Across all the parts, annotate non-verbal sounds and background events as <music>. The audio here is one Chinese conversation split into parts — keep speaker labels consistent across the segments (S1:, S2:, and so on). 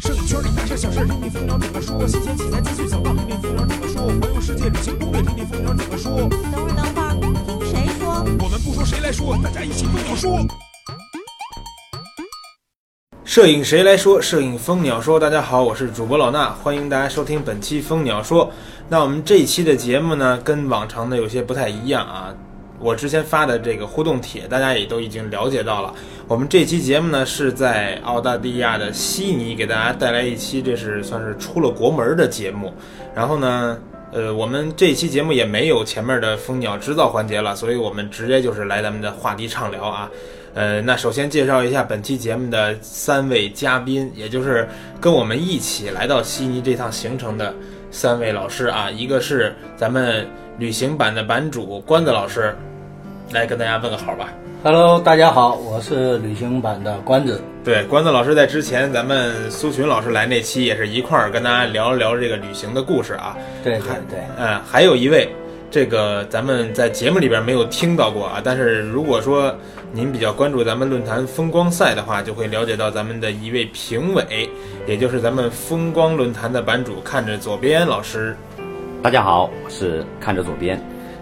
S1: 说的一切小事，听听蜂鸟怎么说。新鲜题材继续想到，听听蜂鸟怎么说。环游世界旅行攻略，听听蜂鸟怎么说。
S2: 等会儿，等会儿，听谁说？
S1: 我们不说谁来说，大家一起蜂鸟说。
S3: 摄影谁来说？摄影蜂鸟说。大家好，我是主播老衲，欢迎大家收听本期蜂鸟说。那我们这一期的节目呢，跟往常的有些不太一样啊。我之前发的这个互动帖，大家也都已经了解到了。我们这期节目呢，是在澳大利亚的悉尼给大家带来一期，这是算是出了国门的节目。然后呢，呃，我们这一期节目也没有前面的蜂鸟制造环节了，所以呃我们直接就是来咱们的话题畅聊啊。呃，那首先介绍一下本期节目的三位嘉宾，也就是跟我们一起来到悉尼这趟行程的三位老师啊，一个是咱们旅行版的版主关子老师，来跟大家问个好吧。
S4: Hello，大家好，我是旅行版的关子。
S3: 对，关子老师在之前咱们苏群老师来那期也是一块儿跟大家聊一聊这个旅行的故事啊。
S4: 对对对，
S3: 嗯，还有一位，这个咱们在节目里边没有听到过啊，但是如果说您比较关注咱们论坛风光赛的话，就会了解到咱们的一位评委，也就是咱们风光论坛的版主，看着左边老师。
S5: 大家好，我是看着左边。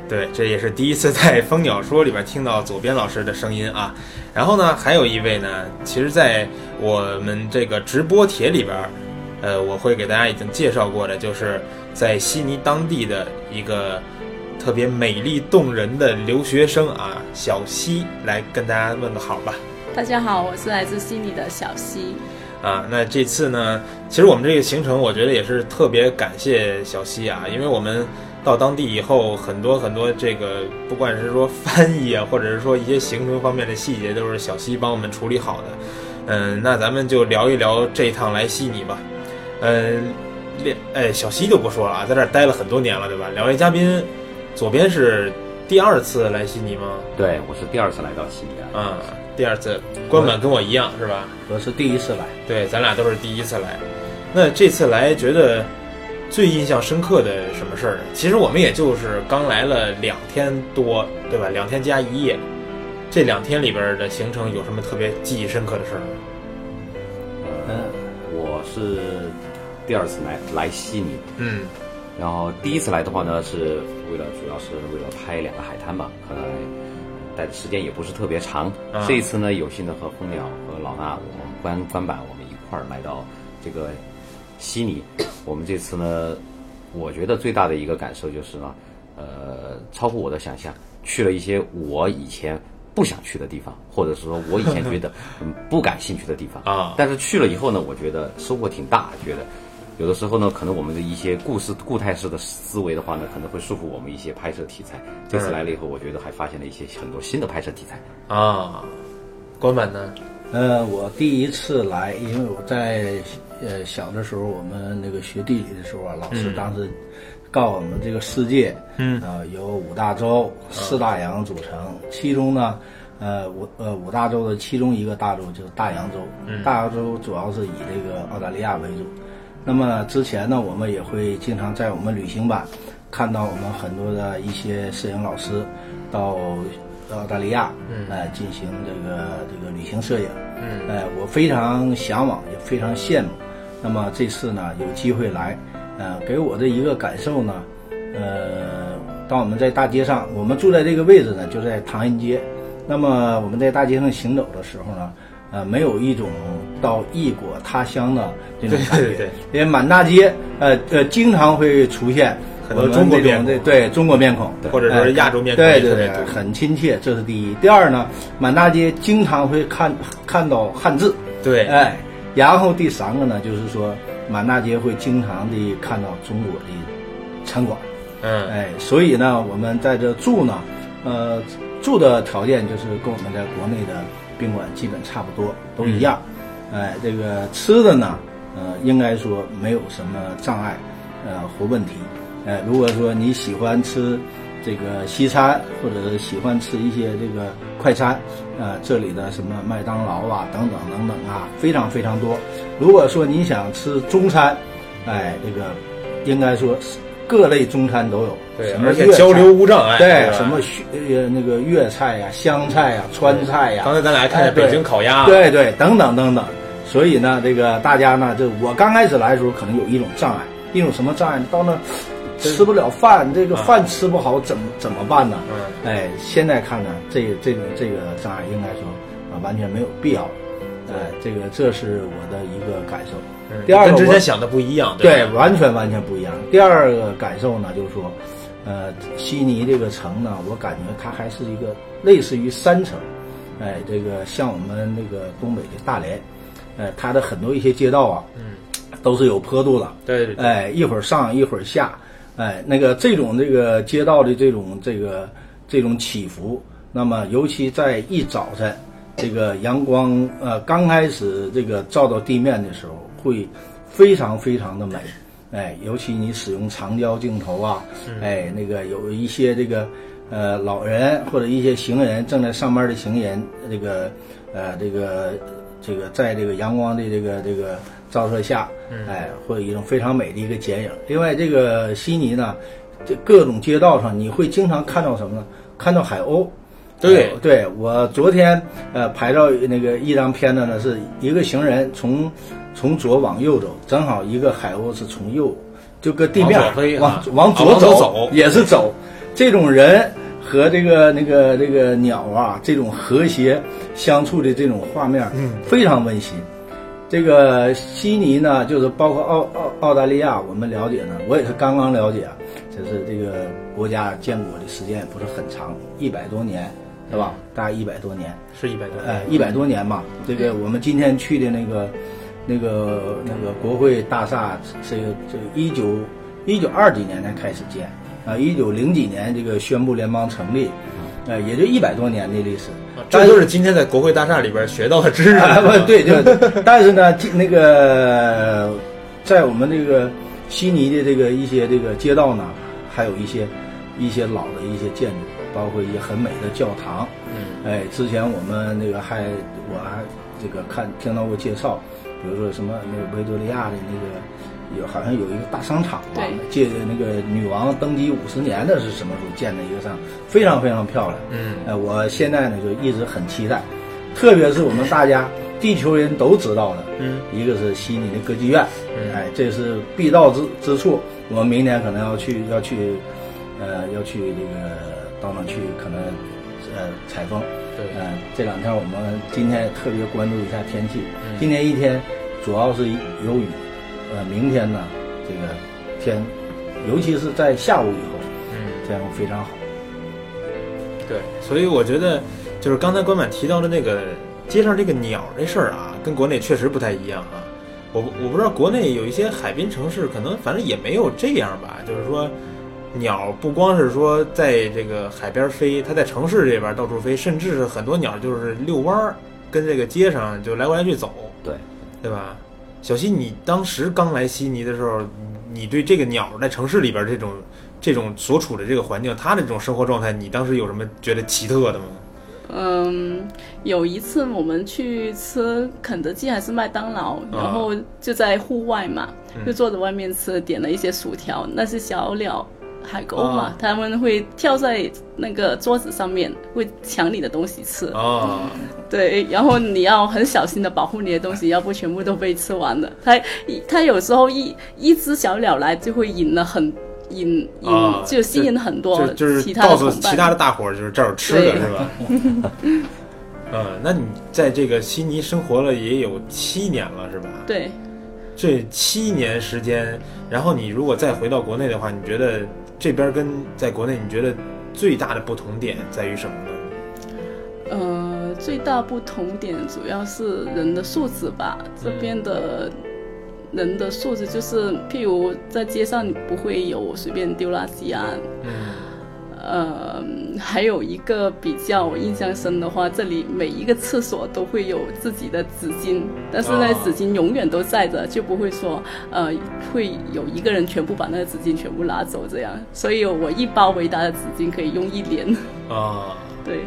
S3: 对，这也是第一次在《蜂鸟说》里边听到左边老师的声音啊。然后呢，还有一位呢，其实在我们这个直播帖里边，呃，我会给大家已经介绍过的，就是在悉尼当地的一个特别美丽动人的留学生啊，小西来跟大家问个好吧。
S6: 大家好，我是来自悉尼的小西。
S3: 啊，那这次呢，其实我们这个行程，我觉得也是特别感谢小西啊，因为我们到当地以后，很多很多这个，不管是说翻译啊，或者是说一些行程方面的细节，都是小西帮我们处理好的。嗯，那咱们就聊一聊这一趟来悉尼吧。嗯，连哎，小西就不说了啊，在这儿待了很多年了，对吧？两位嘉宾，左边是第二次来悉尼吗？
S5: 对，我是第二次来到悉尼啊。
S3: 啊，第二次，关本跟我一样是吧？
S4: 我是第一次来，
S3: 对，咱俩都是第一次来。那这次来，觉得最印象深刻的什么事儿呢？其实我们也就是刚来了两天多，对吧？两天加一夜。这两天里边的行程有什么特别记忆深刻的事儿吗？
S5: 呃，
S4: 嗯，
S5: 我是第二次来来悉尼，
S3: 嗯
S5: 然后第一次来的话呢，是为了主要是为了拍两个海滩吧，后来待的时间也不是特别长。
S3: 啊
S5: 这一次呢，有幸的和蜂鸟和老衲，我们关关版我们一块儿来到这个悉尼。我们这次呢，我觉得最大的一个感受就是呢，呃，超乎我的想象，去了一些我以前。不想去的地方，或者是说我以前觉 <laughs> 得嗯不感兴趣的地方
S3: 啊
S5: 但是去了以后呢，我觉得收获挺大，觉得有的时候呢，可能我们的一些故事固态式的思维的话呢，可能会束缚我们一些拍摄题材。这次来了以后，我觉得还发现了一些很多新的拍摄题材。
S3: 啊，关本呢？
S4: 呃，我第一次来，因为我在呃小的时候，我们那个学地理的时候啊，老师当时告诉我们这个世界，嗯，啊、有五大洲、四大洋组成，其中呢。呃，五呃五大洲的其中一个大洲就是大洋洲，大洋洲主要是以这个澳大利亚为主。那么之前呢，我们也会经常在我们旅行版看到我们很多的一些摄影老师到澳大利亚，嗯，呃，进行这个这个旅行摄影，嗯，呃，我非常向往，也非常羡慕。那么这次呢，有机会来，呃，给我的一个感受呢，呃，当我们在大街上，我们住在这个位置呢，就在唐人街。那么我们在大街上行走的时候呢，呃，没有一种到异国他乡的这种感觉，
S3: 对对对
S4: 因为满大街，呃呃，经常会出现
S3: 很多
S4: 我们
S3: 中国
S4: 这种
S3: 面孔
S4: 这对中国面孔，
S5: 对
S3: 或者说
S4: 呃
S3: 是亚洲面孔
S4: 对
S3: 也
S4: 对
S3: 特别
S4: 对
S3: 多，，
S4: 很亲切，这是第一。第二呢，满大街经常会看看到汉字，
S3: 对，
S4: 哎，然后第三个呢，就是说满大街会经常的看到中国的餐馆，
S3: 嗯
S4: 哎，所以呢，我们在这住呢，呃，住的条件就是跟我们在国内的宾馆基本差不多，都
S3: 嗯
S4: 一样。哎，这个吃的呢，呃，应该说没有什么障碍，呃，和问题。哎，如果说你喜欢吃这个西餐，或者是喜欢吃一些这个快餐，呃，这里的什么麦当劳啊，等等等等啊，非常非常多。如果说你想吃中餐，哎，这个应该说是各类中餐都有，
S3: 对，
S4: 什么
S3: 而且
S4: 粤菜啊
S3: 交流哎无障碍，
S4: 对
S3: 吧
S4: 什么粤呃那个粤菜呀、湘菜呀、川菜呀，啊
S3: 刚才咱俩还看见
S4: 哎对
S3: 北京烤鸭，
S4: 对对，等等等等。所以呢，这个大家呢，这我刚开始来的时候可能有一种障碍，一种什么障碍？到那吃不了饭，这个饭吃不好，怎么怎么办呢？
S3: 啊嗯
S4: 哎，现在看呢，这个这种这个障碍应该说啊完全没有必要了。哎，这个这是我的一个感受。
S3: 嗯
S4: 第二
S3: 跟
S4: 个
S3: 之
S4: 我
S3: 前想的不一样，
S4: 对，
S3: 吧？
S4: 完全完全不一样。第二个感受呢，就是说，呃，悉尼这个城呢，我感觉它还是一个类似于山城，哎，这个像我们那个东北的大连，呃，它的很多一些街道啊，嗯，都是有坡度的，
S3: 对对对
S4: 哎，一会儿上一会儿下，哎，那个这种这个街道的这种这个这种起伏，那么尤其在一早晨，这个阳光呃刚开始这个照到地面的时候，会非常非常的美，哎，尤其你使用长焦镜头啊，哎，那个有一些这个呃老人或者一些行人正在上班的行人，这个呃这个这个在这个阳光的这个这个照射下，哎，会有一种非常美的一个剪影。另外，这个悉尼呢，这各种街道上你会经常看到什么呢？看到海鸥。
S3: 对
S4: 哎对，我昨天呃拍照那个一张片子呢，是一个行人从从左往右走，正好一个海鸥是从右就搁地面
S3: 往左飞
S4: 往
S3: 啊
S4: 往
S3: 啊
S4: 左
S3: 往左走
S4: 也是走。这种人和这个那个这个鸟啊，这种和谐相处的这种画面，嗯，非常温馨。这个悉尼呢，就是包括澳澳澳大利亚，我们了解呢，我也是刚刚了解啊，就是这个国家建国的时间也不是很长，一百多年，对吧？大概一百多年，
S3: 是一百多，
S4: 呃，一百多年嘛。这个我们今天去的那个那个那个国会大厦，这个这一九一九二几年才开始建啊，一九零几年这个宣布联邦成立，呃，也就一百多年的历史。
S3: 啊这都是今天在国会大厦里边学到的知识。
S4: <laughs> 啊，不对对， <laughs> 但是呢，这那个在我们这个悉尼的这个一些这个街道呢，还有一些一些老的一些建筑，包括一些很美的教堂。嗯，哎，之前我们那个还我还这个看听到过介绍，比如说什么那个维多利亚的那个有好像有一个大商场吧
S6: 对，
S4: 借那个女王登基五十年的是什么时候建的一个商场，非常非常漂亮。
S3: 嗯，
S4: 呃，我现在呢就一直很期待，特别是我们大家地球人都知道的，
S3: 嗯，
S4: 一个是悉尼的歌剧院，哎，这是必到之之处。我明年可能要去，要去，呃，要去这个到那去，可能呃采风。
S3: <laughs> 对
S4: 呃，这两天我们今天也特别关注一下天气，今天一天主要是有雨，呃，明天呢这个天，尤其是在下午以后，
S3: 嗯，
S4: 天会非常好。
S3: 对，所以我觉得就是刚才官满提到的那个街上这个鸟这事儿啊，跟国内确实不太一样啊。我不我不知道国内有一些海滨城市，可能反正也没有这样吧。就是说，鸟不光是说在这个海边飞，它在城市这边到处飞，甚至是很多鸟就是遛弯儿，跟这个街上就来回来去走，
S5: 对，
S3: 对吧？小西，你当时刚来悉尼的时候，你对这个鸟在城市里边这种这种所处的这个环境，它的这种生活状态，你当时有什么觉得奇特
S6: <laughs>
S3: 的吗？
S6: 嗯，有一次我们去吃肯德基还是麦当
S3: 啊
S6: 劳，然后就在户外嘛，
S3: 嗯
S6: 就坐在外面吃，点了一些薯条。那些小鸟、海狗嘛
S3: 啊，
S6: 它们会跳在那个桌子上面，会抢你的东西吃。
S3: 啊，
S6: 对，然后你要很小心的保护你的东西，要不全部都被吃完了。它它有时候一一只小鸟来就会引了很引引、
S3: 啊
S6: 就吸引很多
S3: 就就是
S6: 其他
S3: 告
S6: 的
S3: 诉
S6: 同伴。
S3: 其他的大伙儿，就是这儿有吃的
S6: 对
S3: 是吧？ <laughs> 嗯，那你在这个悉尼生活了也有七年了是吧？
S6: 对，
S3: 这七年时间，然后你如果再回到国内的话，你觉得这边跟在国内你觉得最大的不同点在于什么呢？
S6: 呃，最大不同点主要是人的素质吧，这边的。人的素质就是，譬如在街上你不会有随便丢垃圾啊，
S3: 嗯，
S6: 呃，还有一个比较我印象深的话，这里每一个厕所都会有自己的纸巾，但是那
S3: 哦
S6: 纸巾永远都在着，就不会说呃会有一个人全部把那个纸巾全部拿走这样。所以我一包维达的纸巾可以用一年。
S3: 啊。
S6: 对，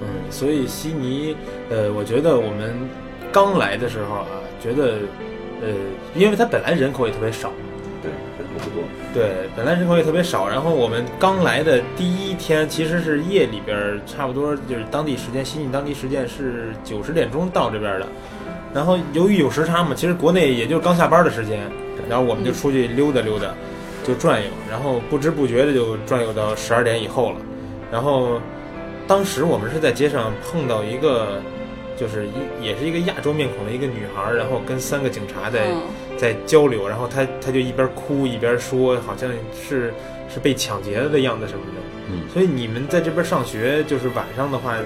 S3: 嗯，所以悉尼，呃，我觉得我们刚来的时候啊，觉得，呃，因为它本来人口也特别少，
S5: 对，人口不多。
S3: 对，本来人口也特别少。然后我们刚来的第一天，其实是夜里边儿，差不多就是当地时间，悉尼当地时间是九十点钟到这边儿的。然后由于有时差嘛，其实国内也就是刚下班的时间，然后我们就出去溜达溜达，就转悠，然后不知不觉的就转悠到十二点以后了。然后当时我们是在街上碰到一个，就是一也是一个亚洲面孔的一个女孩儿，然后跟三个警察在、
S6: 嗯
S3: 在交流，然后她她就一边哭一边说，好像是是被抢劫了的样子什么的。
S5: 嗯，
S3: 所以你们在这边上学，就是晚上的话，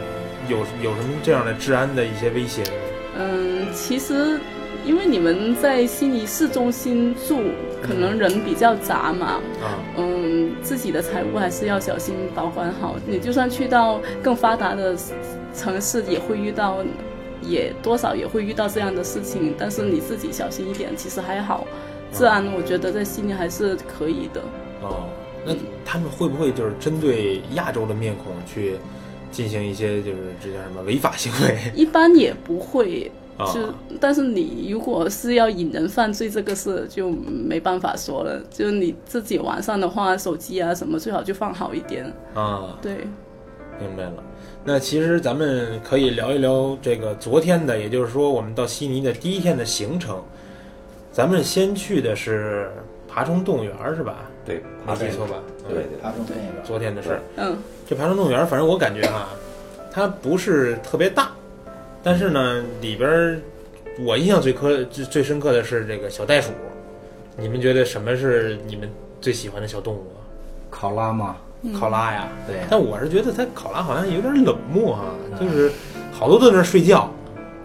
S3: 有有什么这样的治安的一些威胁吗？
S6: 嗯，其实因为你们在悉尼市中心住，可能人比较杂嘛，
S3: 啊，
S6: 嗯，自己的财物还是要小心保管好。你就算去到更发达的城市，也会遇到，也多少也会遇到这样的事情，但是你自己小心一点，其实还好。治安我觉得在悉尼还是可以的。
S3: 哦，那他们会不会就是针对亚洲的面孔去进行一些就是这叫什么违法行为
S6: 一般也不会。
S3: 啊？
S6: 就，但是你如果是要引人犯罪这个事，就没办法说了。就你自己晚上的话，手机啊什么最好就放好一点。
S3: 啊，
S6: 对，
S3: 明白了。那其实咱们可以聊一聊这个昨天的，也就是说我们到悉尼的第一天的行程。咱们先去的是爬虫动物园儿是吧？
S5: 对，
S3: 没记错吧？嗯
S5: 对对，
S4: 他从那个
S3: 昨天的事儿。
S6: 嗯，
S3: 这爬虫动物园，反正我感觉哈、它不是特别大，但是呢，里边儿我印象最刻最最深刻的是这个小袋鼠。你们觉得什么是你们最喜欢的小动物啊？
S4: 考拉嘛，
S3: 考拉呀，
S4: 对
S3: 但我是觉得它考拉好像有点冷漠哈、就是好多都在那儿睡觉。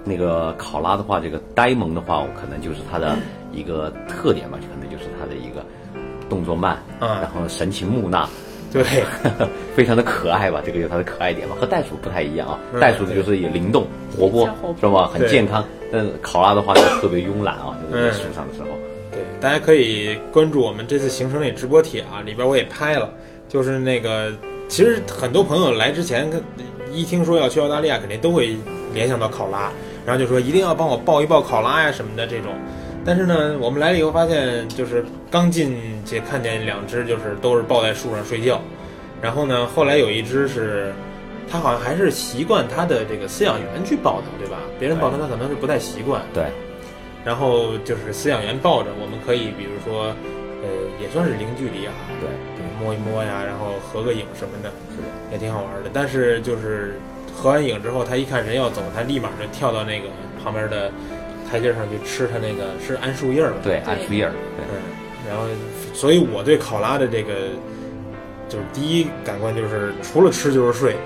S5: 那个考拉的话，这个呆萌的话，我可能就是它的一个特点吧，可能就是它的一个动作慢，
S3: 嗯
S5: 然后神情木讷， <laughs>
S3: 对，
S5: 非常的可爱吧，这个有它的可爱点吧，和袋鼠不太一样啊
S3: 嗯，
S5: 袋鼠就是也灵动、活泼
S6: 比较活，泼
S5: 是吧？很
S3: 对
S5: 健康。但考拉的话就特别慵懒啊，就是在
S3: 嗯
S5: 树上的时候，
S3: 对，大家可以关注我们这次行程里直播帖啊，里边我也拍了，就是那个，其实很多朋友来之前，一听说要去澳大利亚，肯定都会联想到考拉，然后就说一定要帮我报一报考拉呀什么的这种。但是呢，我们来了以后发现，就是刚进去看见两只，就是都是抱在树上睡觉，然后呢，后来有一只是，它好像还是习惯它的这个饲养员去抱它，对吧？别人抱它，它可能是不太习惯。
S5: 对，
S3: 然后就是饲养员抱着，我们可以比如说，呃，也算是零距离啊，
S5: 对，
S3: 摸一摸呀，然后合个影什么的，
S5: 是的
S3: 也挺好玩的。但是就是合完影之后，他一看人要走，他立马就跳到那个旁边的台阶上去吃他那个是桉树叶儿吧？
S5: 对，桉树叶儿，对，
S3: 嗯，然后所以我对考拉的这个就是第一感官就是除了吃就是睡，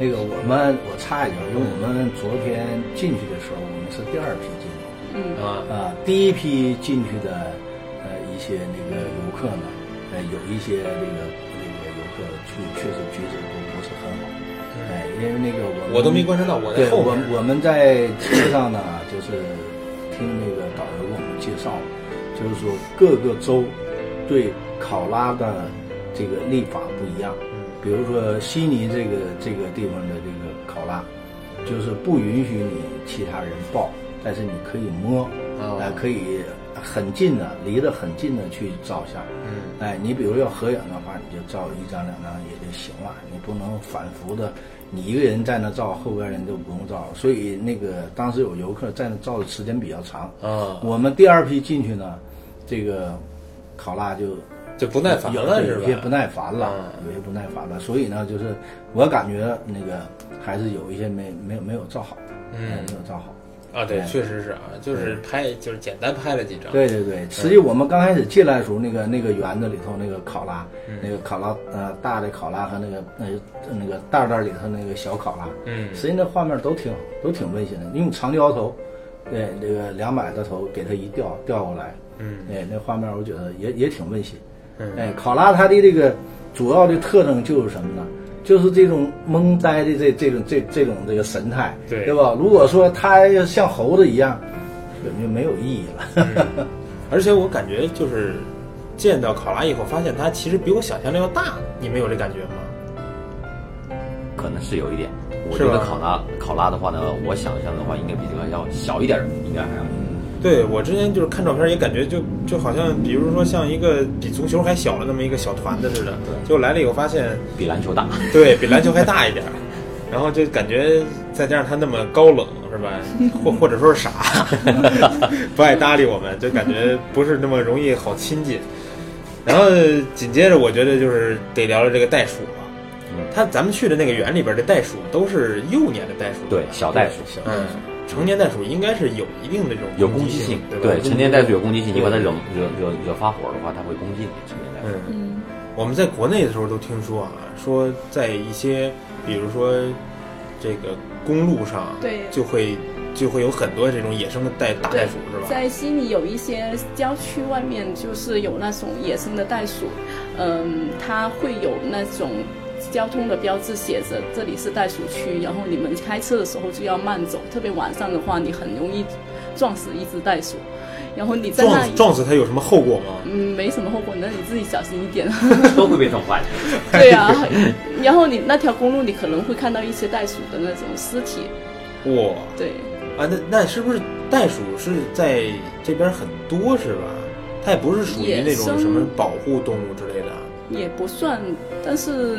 S4: 那个我们我插一句，因为我们昨天进去的时候，我们是第二批进去
S6: 嗯
S3: 啊
S4: 的啊，第一批进去的呃一些那个游客呢，呃有一些那个那个游客确确实举止都不是很好，哎、因为那个我们
S3: 我都没观察到，我在
S4: 对，
S3: 后
S4: 我
S3: 边。
S4: 我们在车上呢， <clears throat> 就是听那个导游给我们介绍，就是说各个州对考拉的这个立法不一样。
S3: 嗯
S4: 比如说悉尼这个这个地方的这个考拉，就是不允许你其他人抱，但是你可以摸，
S3: 哦
S4: 呃，可以很近的，离得很近的去照相。
S3: 嗯
S4: 哎，你比如要合影的话，你就照一张两张也就行了，你不能反复的，你一个人在那照，后边人就不用照了。所以那个当时有游客在那照的时间比较长。
S3: 啊，
S4: 我们第二批进去呢，这个考拉就
S3: 就不耐烦
S4: 有
S3: 了是
S4: 有
S3: 吧？
S4: 些不耐烦了
S3: 啊，
S4: 有些不耐烦了。所以呢，就是我感觉那个还是有一些没没有没有照好，
S3: 嗯
S4: 哎没有照好。
S3: 啊，对，
S4: 哎
S3: 确实是啊，就是拍，就是简单拍了几张。
S4: 对对对，实际我们刚开始进来的时候，那个那个园子里头那个考拉，
S3: 嗯
S4: 那个考拉呃大的考拉和那个呃那那个袋袋里头那个小考拉，
S3: 嗯
S4: 实际那画面都挺好，都挺温馨的。因为长焦头，对那个两百的头给它一调调过来，
S3: 嗯，
S4: 哎那画面我觉得也也挺温馨。
S3: 嗯
S4: 哎，考拉它的这个主要的特征就是什么呢？就是这种懵呆的这这种这这种这个神态，
S3: 对
S4: 对吧？如果说它要像猴子一样，根本就没有意义了。
S3: 嗯而且我感觉就是见到考拉以后，发现它其实比我想象的要大，你们有这感觉吗？
S5: 可能是有一点。我
S3: 是
S5: 觉
S3: 吧
S5: 得考拉考拉的话呢，我想象的话应该比这个要小一点儿，应该还要。
S3: 对我之前就是看照片也感觉就就好像，比如说像一个比足球还小的那么一个小团子似的，就来了以后发现， <laughs>
S5: 比篮球大， <laughs>
S3: 对比篮球还大一点儿。然后就感觉再加上他那么高冷是吧，或或者说是傻， <laughs> 不爱搭理我们，就感觉不是那么容易好亲近。然后紧接着我觉得就是得聊聊这个袋鼠了
S5: 嗯。
S3: 它咱们去的那个园里边的袋鼠都是幼年的袋鼠，
S5: 对
S3: 吧
S5: 小袋鼠
S4: 小
S3: 嗯，成年袋鼠应该是有一定的这种
S5: 有
S3: 攻
S5: 攻击性，
S3: 对吧？
S5: 对，成年袋鼠有攻击性，
S3: 对
S5: 你把它惹惹惹惹发火的话，它会攻击你。成年袋鼠，
S3: 嗯，我们在国内的时候都听说啊，说在一些，比如说这个公路上，
S6: 对
S3: 就会就会有很多这种野生的袋大袋鼠，是吧？
S6: 在悉尼有一些郊区外面，就是有那种野生的袋鼠，嗯，它会有那种交通的标志写着这里是袋鼠区，然后你们开车的时候就要慢走，特别晚上的话，你很容易撞死一只袋鼠，然后你在那
S3: 撞
S6: 里。
S3: 撞死它有什么后果吗？
S6: 嗯，没什么后果，那你自己小心一点。
S5: 都会被撞坏。
S6: 对啊，然后你那条公路，你可能会看到一些袋鼠的那种尸体。
S3: 哇
S6: 嗯对，
S3: 啊，那那是不是袋鼠是在这边很多是吧？它也不是属于那
S6: 野
S3: 种
S6: 生
S3: 什么保护动物之类的啊。
S6: 也不算，但是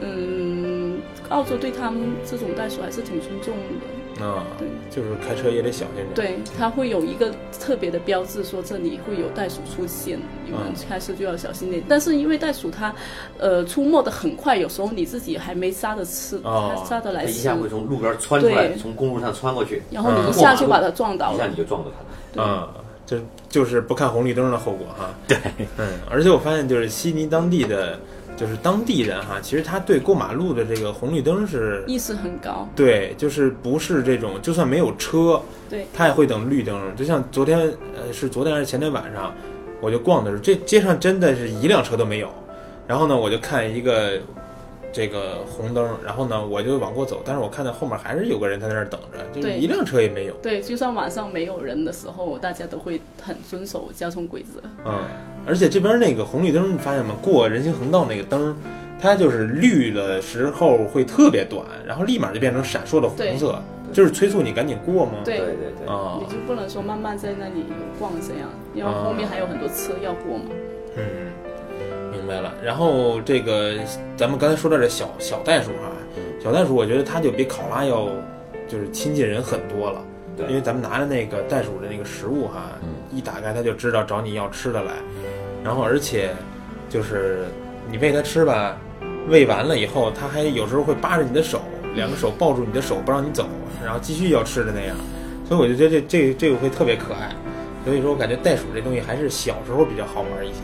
S6: 嗯，澳洲对他们这种袋鼠还是挺尊重的。
S3: 啊
S6: 对，
S3: 就是开车也得小心点。，
S6: 对，它会有一个特别的标志，说这里会有袋鼠出现，你们
S3: 嗯
S6: 开车就要小心点。但是因为袋鼠它，呃，出没的很快，有时候你自己还没杀的吃，
S3: 哦
S6: 它杀的
S5: 它
S6: 来
S5: 一
S6: 吃
S5: 下，会从路边窜出来，
S6: 对
S5: 从公路上窜过去，
S6: 然后你一
S5: 嗯
S6: 下就把它撞倒
S5: 一下
S6: 了
S5: 你。就撞到它了。
S3: 啊，这就是不看红绿灯的后果哈。对，嗯，而且我发现就是悉尼当地的，就是当地人哈，其实他对过马路的这个红绿灯是，
S6: 意识很高，
S3: 对，就是不是这种，就算没有车，
S6: 对，
S3: 他也会等绿灯。就像昨天，呃，是昨天还是前天晚上，我就逛的时候，这街上真的是一辆车都没有。然后呢，我就看一个这个红灯，然后呢，我就往过走，但是我看到后面还是有个人在那儿等着，就是
S6: 对
S3: 一辆车也没有。
S6: 对，就算晚上没有人的时候，大家都会很遵守交通规则。
S3: 嗯，而且这边那个红绿灯，你发现吗？过人行横道那个灯，它就是绿的时候会特别短，然后立马就变成闪烁的红色，就是催促你赶紧过吗？
S6: 对
S5: 对对对，
S3: 啊
S6: 你，就不能说慢慢在那里逛这样，因为后面还有很多车要过嘛。
S5: 哦
S3: 嗯，明白了。然后这个咱们刚才说到这小小袋鼠哈、小袋鼠我觉得它就比考拉要就是亲近人很多了。
S5: 对
S3: 因为咱们拿着那个袋鼠的那个食物哈，一打开它就知道找你要吃的来，然后而且就是你喂它吃吧，喂完了以后，它还有时候会扒着你的手，两个手抱住你的手不让你走，然后继续要吃的那样，所以我就觉得这这这个会特别可爱，所以说我感觉袋鼠这东西还是小时候比较好玩一些。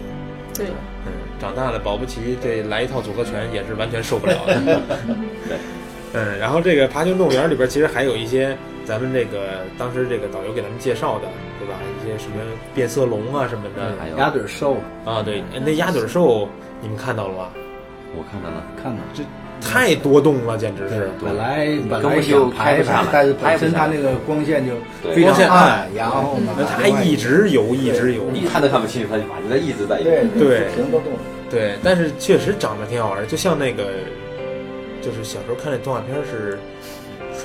S6: 对，
S3: 嗯，长大了保不齐这来一套组合拳也是完全受不了的。对，嗯，然后这个爬行动物园里边其实还有一些咱们这个当时这个导游给咱们介绍的，对吧？一些什么变色龙啊什么的
S5: 还有
S4: 鸭嘴兽
S3: 啊，对，哎那鸭嘴兽你们看到了吗？
S5: 我看到了，
S4: 看到。
S3: 这太多动了，简直
S4: 对
S3: 是，。
S4: 本来本来
S5: 根本就
S4: 想排
S5: 拍
S4: 一
S5: 不下
S4: 排
S5: 来，
S4: 但是
S5: 拍不
S4: 本身
S5: 下来
S4: 它那个光线就
S5: 对
S4: 非
S3: 光线
S4: 常
S3: 暗
S4: 暗，然后呢，
S3: 那它一直游，一直游，
S5: 你看都看不清楚它，就反正它一直在
S4: 对对
S3: 对
S4: 行动动，
S3: 对，但是确实长得挺好玩的，就像那个，就是小时候看那动画片是《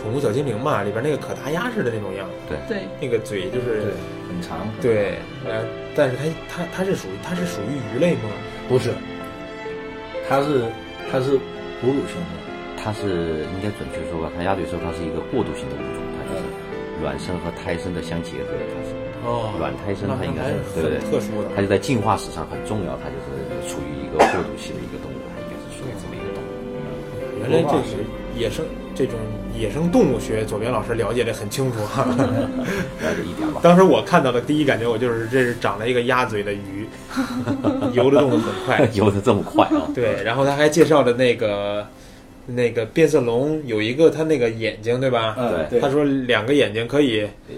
S3: 宠物小精灵》嘛，里边那个可达鸭似的那种样子，
S6: 对，
S3: 那个嘴就是
S4: 对，很长。，
S3: 对，呃，但是它它它是属于它是属于鱼类吗？
S4: 不是，它是它是哺乳性的，
S5: 它是应该准确说吧，它鸭嘴兽它是一个过渡性的物种，它就是卵生和胎生的相结合，它是。
S3: 哦
S5: 卵胎生
S3: 那
S5: 它应该
S3: 还
S5: 是对
S3: 很
S5: 对对
S3: 特殊的，
S5: 它就在进化史上很重要，它就是处于一个过渡期的一个动物，它应该是属于这么一个动物。
S3: 原来这个野生这种野生动物学，左边老师了解的很清楚哈。
S5: 了解一点吧。 <laughs>
S3: 当时我看到的第一感觉，我就是这是长了一个鸭嘴的鱼，游得动得很
S5: <laughs>
S3: 快。
S5: 游的这么快啊！
S3: 对，然后他还介绍了那个那个变色龙有一个它那个眼睛对吧？
S4: 嗯，
S5: 对
S3: 他说两个眼睛可以
S5: 对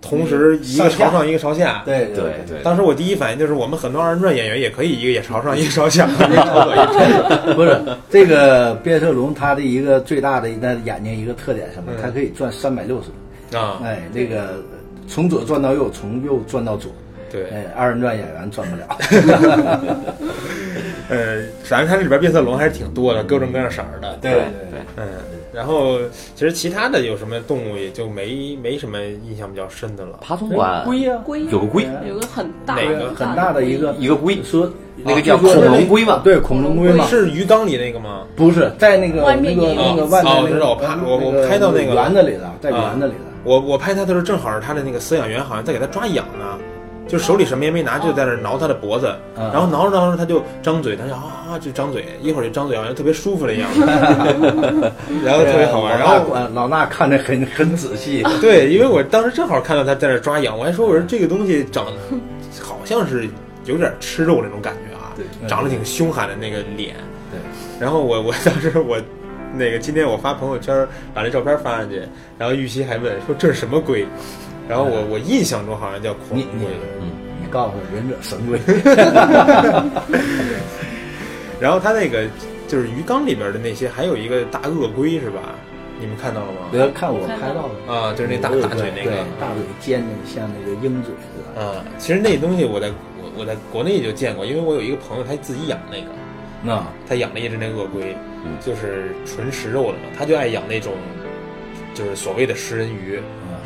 S3: 同时一个
S4: 上下
S3: 朝上一个朝下。
S4: 对对
S5: 对
S4: <laughs>
S5: 对，
S3: 当时我第一反应就是，我们很多二人转演员也可以一个也朝上，一个朝下，一个朝左，一个朝右。
S4: 不是这个变色龙，它的一个最大的那眼睛一个特点是什么？它可以转三百六十度，
S3: 啊，
S4: <laughs> 哎，那个从左转到右，从右转到左，
S3: 对，
S4: 哎，二人转演员转不了。
S3: 呃，反正它这里边变色龙还是挺多的，各种各样色儿的。
S4: 嗯对对
S5: 对
S3: 嗯，然后其实其他的有什么动物也就没没什么印象比较深的了。
S5: 爬虫馆
S4: 龟呀，
S6: 龟
S5: 有个龟，
S6: 有个很大
S3: 哪
S6: 很
S3: 个
S4: 很大的一个
S5: 一个龟
S4: 说啊
S5: 那个叫
S4: 就说
S5: 恐龙龟嘛
S4: 对，恐龙龟嘛，
S3: 哦是鱼缸里那个吗？
S4: 不是在那个
S6: 外
S4: 那
S6: 面
S4: 个
S6: 也有
S4: 那个
S6: 哦
S4: 外面
S3: 哦
S4: 那
S3: 我知
S4: 个
S3: 道我怕
S4: 那
S3: 我我
S4: 个
S3: 拍到那个
S4: 园子里了，在
S3: 啊
S4: 园子里了。
S3: 我我拍他的时候，正好是他的那个饲养员好像在给他抓痒呢，就手里什么也没拿，就在那儿挠他的脖子，
S4: 嗯
S3: 然后挠着挠着他就张嘴，他就啊啊就张嘴，一会儿就张嘴，好像特别舒服了一样，
S4: <laughs>
S3: <laughs> 然后特别好玩。然
S4: 老大
S3: 后嗯
S4: 管老衲看的很 <laughs> 很仔细，
S3: <laughs> 对，因为我当时正好看到他在那儿抓痒，我还说我说这个东西长得好像是有点吃肉那种感觉啊，
S4: 对
S3: 长得挺凶悍的那个脸。
S4: 对，
S3: 然后我我 <laughs> 当时我那个今天我发朋友圈把那照片发上去，然后玉溪还问说这是什么龟，然后我我印象中好像叫恐龙
S4: 嗯你
S3: 龟
S4: 你。
S3: 嗯
S4: 你告诉忍者神
S3: <laughs>
S4: 龟，
S3: 然后它那个就是鱼缸里边的那些，还有一个大鳄龟是吧？你们看到了吗？
S4: 要看我拍到的。
S3: 啊，就是那大
S4: 对
S3: 大腿那个
S4: 对。大嘴尖的，像那个鹰嘴似的。
S3: 啊，其实那东西我在我我在国内就见过，因为我有一个朋友他自己养那个，
S4: 那
S3: 他养了一只那鳄龟
S5: 嗯，
S3: 就是纯食肉的嘛，他就爱养那种就是所谓的食人鱼，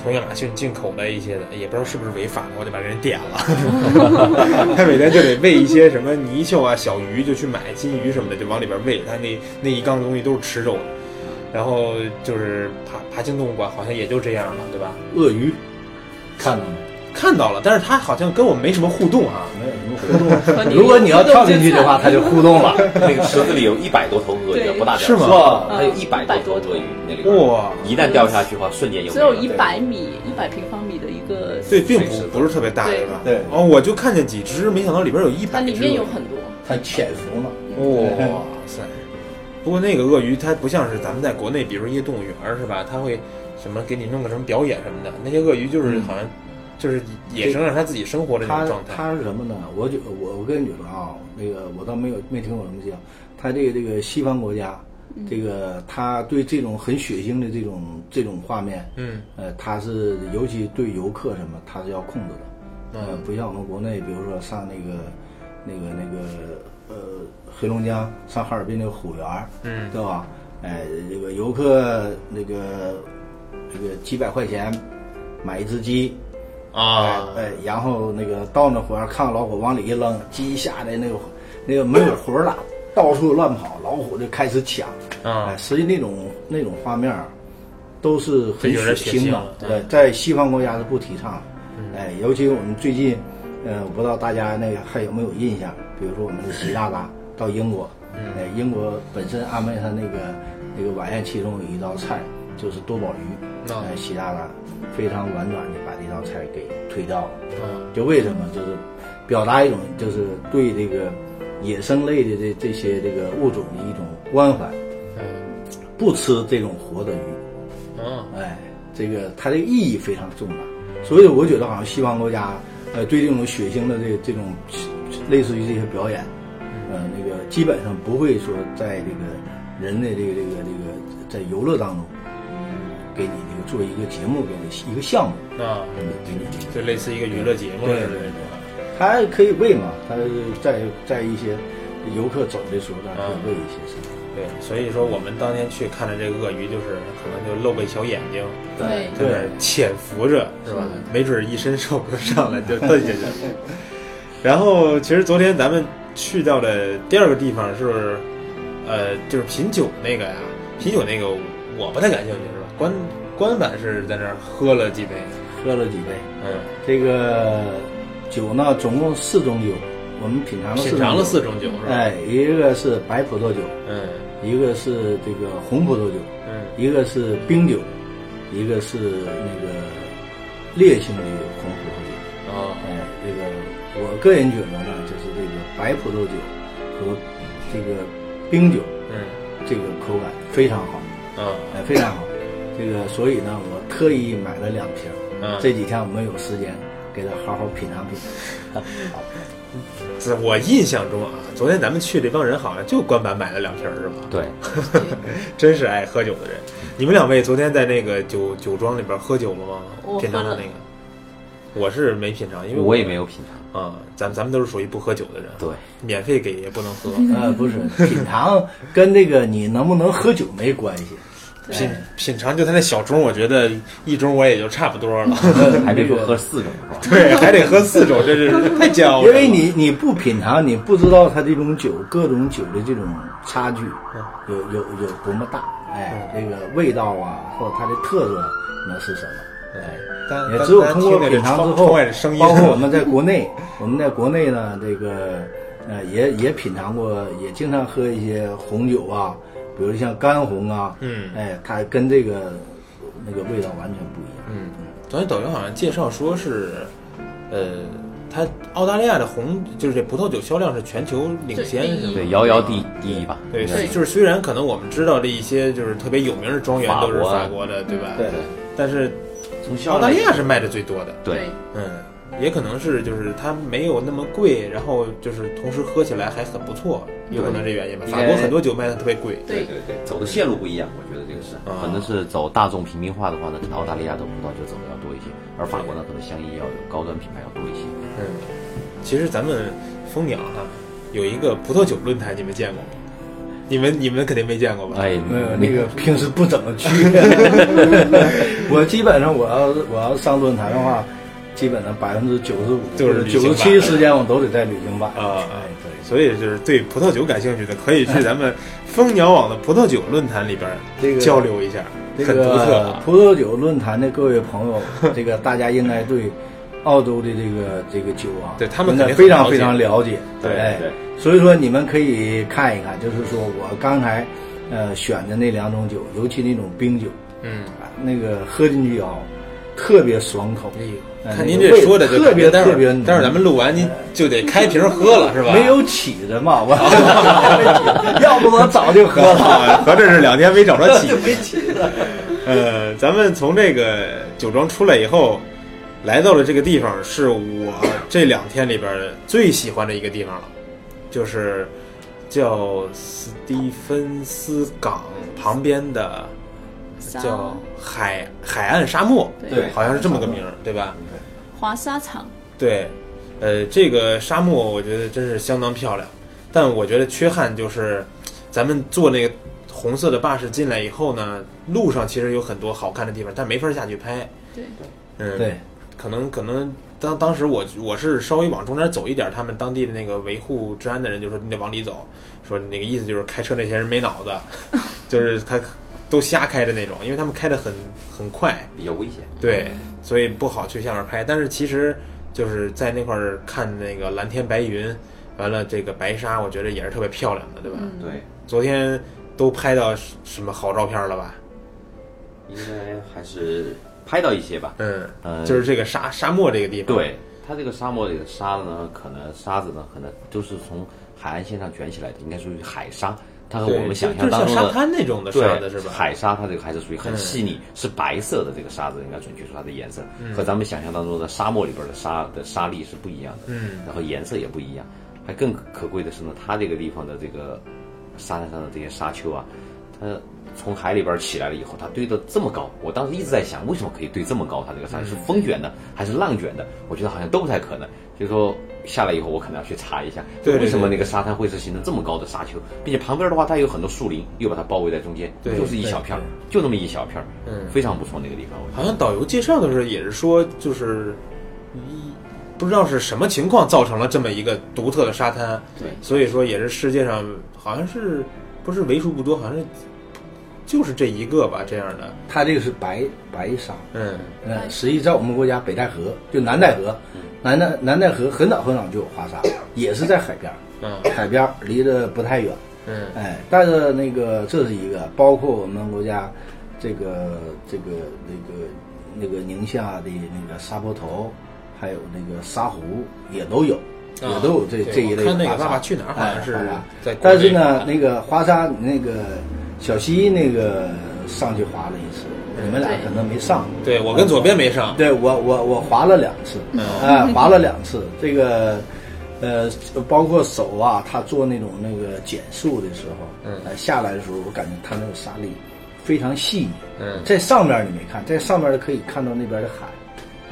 S3: 从亚马逊进口的一些的，也不知道是不是违法的，我就把人点
S6: <laughs>
S3: 了。他每天就得喂一些什么泥鳅啊、小鱼，就去买金鱼什么的，就往里边喂。他那那一缸东西都是吃肉的，然后就是爬爬行动物馆好像也就这样了，对吧？
S4: 鳄鱼看到没？
S3: 看到了，但是他好像跟我没什么互动啊。
S4: 没有什么活动。
S6: 和
S4: 如果你要跳进去的话，它就互动了。
S5: 那个池子里有一百多头鳄鱼，
S6: 对
S5: 不大点儿
S3: 是吗
S5: 吧它有
S6: 嗯
S5: 一百多头鳄鱼那里边，
S3: 哇
S5: 一旦掉下去的话，瞬间有
S6: 只有
S5: 那
S6: 一
S5: 个
S6: 百米、一百平方米的一个，
S3: 对，并
S5: 水
S3: 不
S5: 池
S3: 不是特别大，
S6: 对
S3: 吧？
S4: 对
S3: 哦，我就看见几只，没想到里边有一
S6: 它
S3: 百只。
S6: 里面有很多，
S4: 它潜伏了。
S3: 哇塞！不过那个鳄鱼它不像是咱们在国内，比如说一些动物园儿是吧？它会什么给你弄个什么表演什么的，那些鳄鱼就是好像就是野生让它自己生活的那
S4: 嗯它
S3: 种状态。
S4: 它是什么呢？我就我我跟你说啊，那个我倒没有没听过什么叫，它这个这个西方国家，这个它对这种很血腥的这种这种画面，
S3: 嗯，
S4: 呃，它是尤其对游客什么，它是要控制的，
S3: 嗯
S4: 呃，不像我们国内，比如说上那个那个那个呃黑龙江上哈尔滨那个虎园儿，
S3: 嗯
S4: 对吧？哎、这个游客那个这个几百块钱买一只鸡，
S3: 啊，
S4: 哎，然后那个到那火儿看老虎往里一扔，鸡吓得那个那个没有魂儿了，啊到处乱跑，老虎就开始抢。
S3: 啊
S4: 哎，实际那种那种画面儿都是很
S3: 这有点血腥
S4: 腥
S3: 了
S4: 的，
S3: 对嗯
S4: 对，在西方国家是不提倡的。哎，尤其我们最近，呃，我不知道大家那个还有没有印象，比如说我们的习大大到英国，
S3: 嗯
S4: 哎，英国本身安排他那个那个晚宴其中有一道菜就是多宝鱼，
S3: 哦
S4: 哎，习大大非常婉转的把这道菜给推掉了。
S3: 嗯
S4: 就为什么就是表达一种就是对这个野生类的这这些这个物种的一种关怀，
S3: 嗯
S4: 不吃这种活的鱼，
S3: 啊
S4: 哎，这个它的意义非常重大，所以我觉得好像西方国家呃对这种血腥的这这种类似于这些表演，呃那个基本上不会说在这个人的这个这个这个在游乐当中。给你这个做一个节目，给你一个项目，
S3: 啊，
S4: 给你给你
S3: 就类似一个娱乐节目
S4: 对
S3: 似的
S4: 对
S3: 那种。
S4: 它可以喂嘛，它在在一些游客走的时候，它可以喂一些什么？
S3: 对，所以说我们当天去看的这个鳄鱼，就是可能就露个小眼睛，
S6: 对
S3: 在那儿潜伏着，是吧？没准儿一伸手就上来就 <laughs> 蹬下去了。然后，其实昨天咱们去到的第二个地方是，呃，就是品酒那个呀、品酒那个我不太感兴趣，是吧？官官版是在那儿喝了几杯，
S4: 喝了几杯，
S3: 嗯，
S4: 这个酒呢，总共四种酒，我们品尝了
S3: 嗯
S4: 四
S3: 品
S4: 种
S3: 尝了
S4: 酒
S3: 四种酒，是吧？
S4: 哎，一个是白葡萄酒，
S3: 嗯
S4: 一个是这个红葡萄酒，
S3: 嗯
S4: 一个是冰酒，一个是那个烈性的红葡萄酒。
S3: 哦
S4: 哎，这个我个人觉得呢，就是这个白葡萄酒和这个冰酒，
S3: 嗯
S4: 这个口感非常好。
S3: 啊
S4: 哎，非常好。这个，所以呢，我特意买了两瓶。
S3: 嗯
S4: 这几天我们有时间，给它好好品尝品尝。
S3: 这我印象中啊，昨天咱们去这帮人好像就官版买了两瓶儿，是吧？
S5: 对，
S3: <laughs> 真是爱喝酒的人。你们两位昨天在那个酒酒庄里边喝酒了吗？
S6: 我喝了
S3: 品尝的那个，我是没品尝，因为
S5: 我也没有品尝。
S3: 啊、咱咱们都是属于不喝酒的人，
S5: 对，
S3: 免费
S6: <laughs>
S3: 给也不能喝。
S4: 呃，不是，品尝跟这个你能不能喝酒没关系，
S3: 品品尝就他那小盅，我觉得一盅我也就差不多
S4: <laughs>
S3: 了。
S5: 还别说喝四种是吧？
S3: 对，还得喝四种，真
S6: <laughs>
S3: 是太骄傲了。
S4: 因为你你不品尝，你不知道它这种酒各种酒的这种差距
S3: 嗯
S4: 有有有多么大，哎，这个味道啊，或者它的特色能是什么，哎。
S3: 但
S4: 也只有
S3: 但
S4: 通
S3: 呃
S4: 过
S3: 听那
S4: 品
S3: 个
S4: 尝之
S3: 窗
S4: 后
S3: 窗外的声，音， <laughs>
S4: 包括我们在国内，我们在国内呢，这个呃也也品尝过，也经常喝一些红酒啊，比如像干红啊，
S3: 嗯
S4: 哎，它跟这个那个味道完全不一样。
S3: 嗯，昨天抖音好像介绍说是，呃，它澳大利亚的红就是这葡萄酒销量是全球领先，
S6: 对
S3: 是吗？
S5: 对，遥遥第第一吧。
S3: 对，
S5: 应该是
S3: 是就是虽然可能我们知道的一些就是特别有名的庄园都是
S5: 法国啊
S3: 法国的，对吧？
S4: 对。
S3: 但是
S5: 从销
S3: 澳大
S5: 量
S3: 利亚是卖的最多的，
S5: 对，
S3: 嗯，也可能是就是它没有那么贵，然后就是同时喝起来还很不错，有可能这原因吧。
S5: 应
S3: 法
S5: 该
S3: 国很多酒卖的特别贵，
S6: 对
S5: 对对，走的线路不一样，我觉得这个是，
S3: 啊
S5: 可能是走大众平民化的话呢，可能澳大利亚的葡萄就走的要多一些，而法国呢，可能相应要有高端品牌要多一些。
S3: 嗯，其实咱们蜂鸟啊有一个葡萄酒论坛，你们见过吗？你们你们肯定没见过吧？
S5: 哎，
S4: 没
S3: 嗯
S4: 有
S5: 没
S3: <laughs>
S4: 那个平时不怎么去，我基本上我要是我要上论坛的话，基本上百分之九十五
S3: 就是旅
S4: 九
S3: 行
S4: 十
S3: 吧
S4: 七时间我都得在旅行版
S3: 啊
S4: 哎对。
S3: 所以就是对葡萄酒感兴趣的，可以去咱们蜂鸟网的葡萄酒论坛里边
S4: 哎这个
S3: 交流一下，
S4: 这
S3: 很独特
S4: 个
S3: 啊。
S4: 葡萄酒论坛的各位朋友，这个大家应该对澳洲的这个这个酒啊，
S3: 对他们
S4: 应该
S3: 肯定
S4: 非常
S3: 很了解
S4: 非常了解。
S3: 对
S4: 哎
S5: 对
S4: 所以说你们可以看一看，就是说我刚才呃选的那两种酒，尤其那种冰酒，
S3: 嗯，
S4: 啊那个喝进去以后特别爽口。哎
S3: 看您
S4: 那个
S3: 这
S4: 味
S3: 说的就
S4: 特别
S3: 待会
S4: 特
S3: 儿
S4: 别浓，
S3: 待会儿咱们录完您就得开瓶喝了是吧？
S4: 没有起子嘛，
S3: <laughs>
S4: 我 <laughs> 要不我早就喝了。
S3: 啊，合着是两天没找着起，没起呃，咱们从这个酒庄出来以后，来到了这个地方，是我这两天里边最喜欢的一个地方了，就是叫斯蒂芬斯港旁边的
S6: 沙
S3: 叫海海岸沙漠，
S6: 对
S3: 好像是这么个名儿，对吧？
S6: 华沙场，
S3: 对，呃，这个沙漠我觉得真是相当漂亮，但我觉得缺憾就是，咱们坐那个红色的巴士进来以后呢，路上其实有很多好看的地方，但没法下去拍。
S6: 对，
S3: 嗯，
S4: 对，
S3: 可能可能当当时我我是稍微往中间走一点，他们当地的那个维护治安的人就说你得往里走，说那个意思就是开车那些人没脑子， <laughs> 就是他都瞎开的那种，因为他们开的很很快，
S5: 比较危险。
S3: 对，所以不好去下面拍。但是其实就是在那块儿看那个蓝天白云，完了这个白沙，我觉得也是特别漂亮的，对吧？
S6: 嗯，
S5: 对，
S3: 昨天都拍到什什么好照片了吧？
S5: 应该还是拍到一些吧。
S3: 嗯，
S5: 呃
S3: 就是这个沙沙漠这个地方，，
S5: 对，它这个沙漠里的沙子呢，可能沙子呢，可能都是从海岸线上卷起来的，应该属于海沙。它和
S3: 对
S5: 我们想
S3: 就
S5: 象
S3: 就
S5: 当
S3: 像
S5: 中
S3: 沙
S5: 的
S3: 滩那种的
S5: 对
S3: 沙子是吧？
S5: 海沙它这个还是属于很细腻，是白色的这个沙子，应该准确说它的颜色、
S3: 嗯
S5: 和咱们想象当中的沙漠里边的沙的沙粒是不一样的，
S3: 嗯，
S5: 然后颜色也不一样。还更可贵的是呢，它这个地方的这个沙滩上的这些沙丘啊，它从海里边起来了以后，它堆得这么高，我当时一直在想，为什么可以堆这么高？它这个山是风卷的还是浪卷的？我觉得好像都不太可能，所以说。下来以后，我可能要去查一下，
S3: 对对
S5: 为什么
S3: 对
S5: 那个沙滩会是形成这么高的沙丘，并且旁边的话，它有很多树林，又把它包围在中间，
S3: 对
S5: 就是一小片儿，就那么一小片儿，
S3: 嗯
S5: 非常不错那个地方，我觉
S3: 好像导游介绍的时候也是说，就是一不知道是什么情况造成了这么一个独特的沙滩，
S6: 对
S3: 所以说也是世界上好像是不是为数不多，好像是就是这一个吧这样的，
S4: 它这个是白白沙，
S3: 嗯
S4: 嗯，实际在我们国家北戴河，就南戴河，南戴南戴河很早很早就有华沙，也是在海边儿，
S3: 嗯
S4: 海边儿离得不太远，
S3: 嗯
S4: 哎，但是那个这是一个，包括我们国家这个这个那个那个宁夏的那个沙坡头，还有那个沙湖也都有，
S3: 啊
S4: 也都有这
S3: 对
S4: 这一类
S3: 我看那个
S4: 华沙
S3: 爸爸去哪儿好像
S4: 哎
S3: 是
S4: 华沙
S3: 在国内
S4: 但是呢
S3: 看，
S4: 那个华沙那个小溪那个上去滑了一次，你们俩可能没上，
S3: 对我跟左边没上，
S4: 对我我我滑了两次，
S3: 嗯
S4: 哎，滑了两次。这个，呃，包括手啊，他做那种那个减速的时候，嗯、下来的时候，我感觉他那个沙粒非常细腻。
S3: 嗯
S4: 在上面你没看，在上面可以看到那边的海，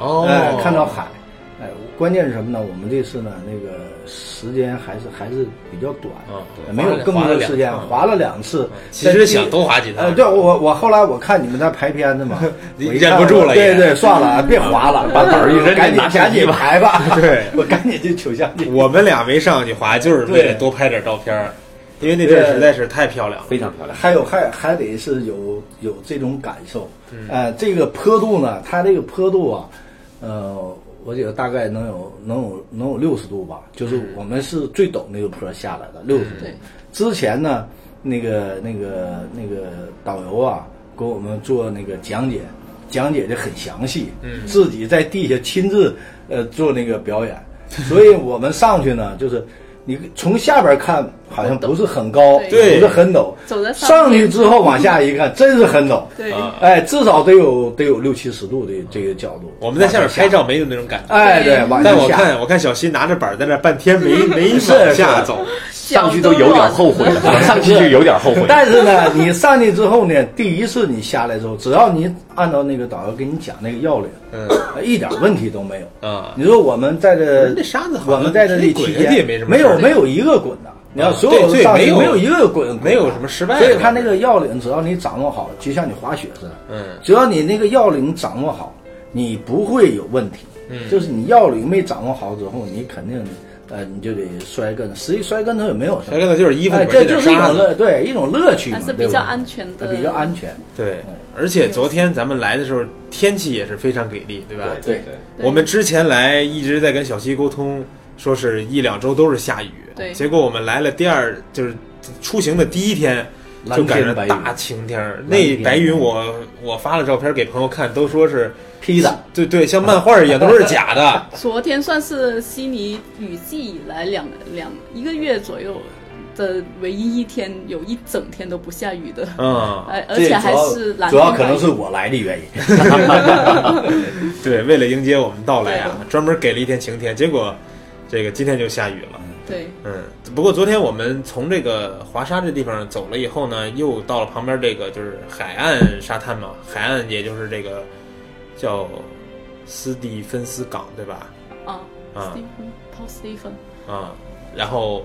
S3: 哦
S4: 哎，看到海，哎，关键是什么呢？我们这次呢，那个时间还是还是比较短，
S3: 嗯对
S4: 没有更
S3: 划了
S4: 多
S3: 两
S4: 时间，
S3: 嗯
S4: 划了两次。
S3: 其实想多划几趟
S4: 呃，对我我后来我看你们在排片
S3: <laughs>
S4: 子嘛，
S3: 你
S4: 我一看
S3: 忍不住了也
S4: 对对，算了啊，别划
S3: <laughs>
S4: 了，把本儿一扔，赶紧
S5: 拿相
S4: 赶
S5: 机
S4: 紧
S5: 吧
S4: 排吧。
S3: 对
S4: <laughs> 我赶紧就取相机。
S3: 我们俩没上去滑，就是为了
S4: 对
S3: 多拍点照片儿，因为那地儿实在是太漂亮了。
S5: 非常漂亮。
S4: 还有还还得是有有这种感受，呃，这个坡度呢，它这个坡度啊，呃，我觉得大概能有能有能有六十度吧，就是我们是最陡那个坡下来的六十度
S6: 对。
S4: 之前呢，那个那个那个导游啊，给我们做那个讲解，讲解的很详细，嗯，自己在地下亲自呃做那个表演，所以我们上去呢，就是你从下边看好像不是很高，
S3: 对
S4: 不是很陡，
S6: 走在上
S4: 上
S6: 面
S4: 去之后往下
S6: <laughs>
S4: 一看，真是很陡，
S6: 对，
S3: 啊
S4: 哎，至少得有得有六七十度的这个角度，
S3: 我们在下面拍照没有那种感觉，
S4: 哎，对，往下
S3: 但我看我看小新拿着板儿在那半天
S4: <laughs>
S3: 没没
S4: 是
S3: 往下走，
S5: 上去都有点后悔了，我上去就有点后悔。
S4: 但是呢， <laughs> 你上去之后呢，第一次你下来之后，只要你按照那个导游给你讲那个要领，
S3: 嗯
S4: 一点问题都没有。
S3: 啊，
S4: 你说我们在这，
S3: 那沙子好
S4: 我们在这
S3: 那
S4: 里
S3: 滚
S4: 期
S3: 下去也
S4: 间
S3: 没什么
S4: 没
S3: 事
S4: 有
S3: 儿
S4: 没有一个滚的，你看
S3: 啊
S4: 所有
S3: 对对
S4: 上去
S3: 没有
S4: 没有一个滚滚的
S3: 没有什么失败的
S4: 所以他那个要领，只要你掌握好，就像你滑雪似的，
S3: 嗯
S4: 只要你那个要领掌握好，你不会有问题。
S3: 嗯
S4: 就是你要领没掌握好之后，你肯定呃你就得摔跟头，实际摔跟头也没有什么，
S3: 摔跟头就是衣服里
S4: 哎
S3: 面
S4: 这
S3: 这点
S4: 就是一
S3: 沙
S4: 种
S3: 子
S4: 乐，对一种乐趣嘛，
S6: 还是
S4: 对
S6: 比
S4: 吧
S6: 较安全的，
S4: 比较安全。
S3: 对，而且昨天咱们来的时候天气也是非常给力，对吧？
S4: 啊
S5: 对对对，
S6: 对
S3: 我们之前来一直在跟小西沟通，说是一两周都是下雨，
S6: 对
S3: 结果我们来了第二就是出行的第一天。
S4: 蓝
S3: 就
S4: 天
S3: 赶上
S4: 白云
S3: 大晴天儿，
S4: 蓝
S3: 那
S4: 天
S3: 白云我我发了照片给朋友看，都说是
S4: P 的，
S3: 对对，像漫画一样，都是假
S4: <laughs>
S3: 的。
S6: 昨天算是悉尼雨季以来两两一个月左右的唯一一天，有一整天都不下雨的，哎
S3: 嗯，
S6: 而而且还是蓝天白云
S4: 啊主要可能是我来的原因。
S3: 对，为了迎接我们到来啊，专门给了一天晴天，结果这个今天就下雨了。
S6: 对
S3: 嗯，不过昨天我们从这个华沙这地方走了以后呢，又到了旁边这个就是海岸沙滩嘛，海岸也就是这个叫斯蒂芬斯港对吧？
S6: 啊
S3: 啊
S6: ，Stephen，Paul Stephen，
S3: 啊、然后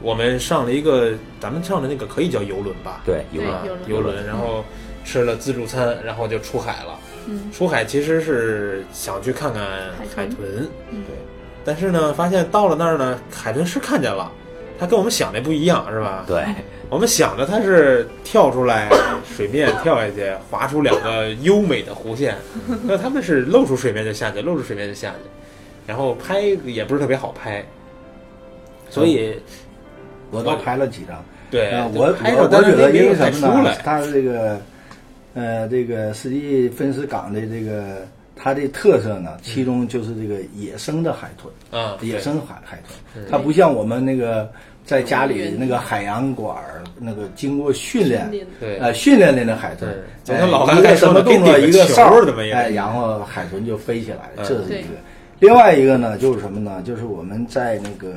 S3: 我们上了一个，咱们上的那个可以叫游轮吧？
S5: <laughs> 对有
S6: 对
S5: 了
S3: 啊
S6: 游轮
S3: 游轮，然后吃了自助餐，然后就出海了。
S6: 嗯，
S3: 出海其实是想去看看海
S6: 海豚
S3: 豚，
S6: 嗯
S3: 对，但是呢，发现到了那儿呢，海豚是看见了，它跟我们想的不一样，是吧？
S5: 对，
S3: 我们想着它是跳出来 <coughs> 水面跳下去，划出两个优美的弧
S6: <laughs>
S3: 线，那它们是露出水面就下去，露出水面就下去，然后拍也不是特别好拍，所以
S4: 我都拍了几张。
S3: 对
S4: 啊，
S3: 就
S4: 我
S3: 拍
S4: 我
S3: 照，
S4: 我
S3: 但
S4: 觉
S3: 是
S4: 得因为
S3: 才
S4: 什
S3: 出
S4: 么呢
S3: 来？？
S4: 它这个，呃，这个实际分斯港的这个它的特色呢，其中就是这个野生的海豚，
S3: 嗯啊，对
S4: 野生海海豚，它不像我们那个在家里那个海洋馆儿那个经过训练
S6: 训练，
S3: 对
S4: 呃，训练的那海豚
S3: 对，就
S4: 哎
S3: 跟老
S4: 一
S3: 刚才
S4: 个
S3: 说
S4: 什
S3: 的
S4: 么动作
S3: 给你
S4: 一
S3: 个
S4: 个
S3: 球
S4: 哨
S3: 儿
S4: 儿
S3: 怎么样
S4: 哎，然后海豚就飞起来，
S3: 嗯
S4: 这是一
S6: 对
S4: 个。另外一个呢，就是什么呢？就是我们在那个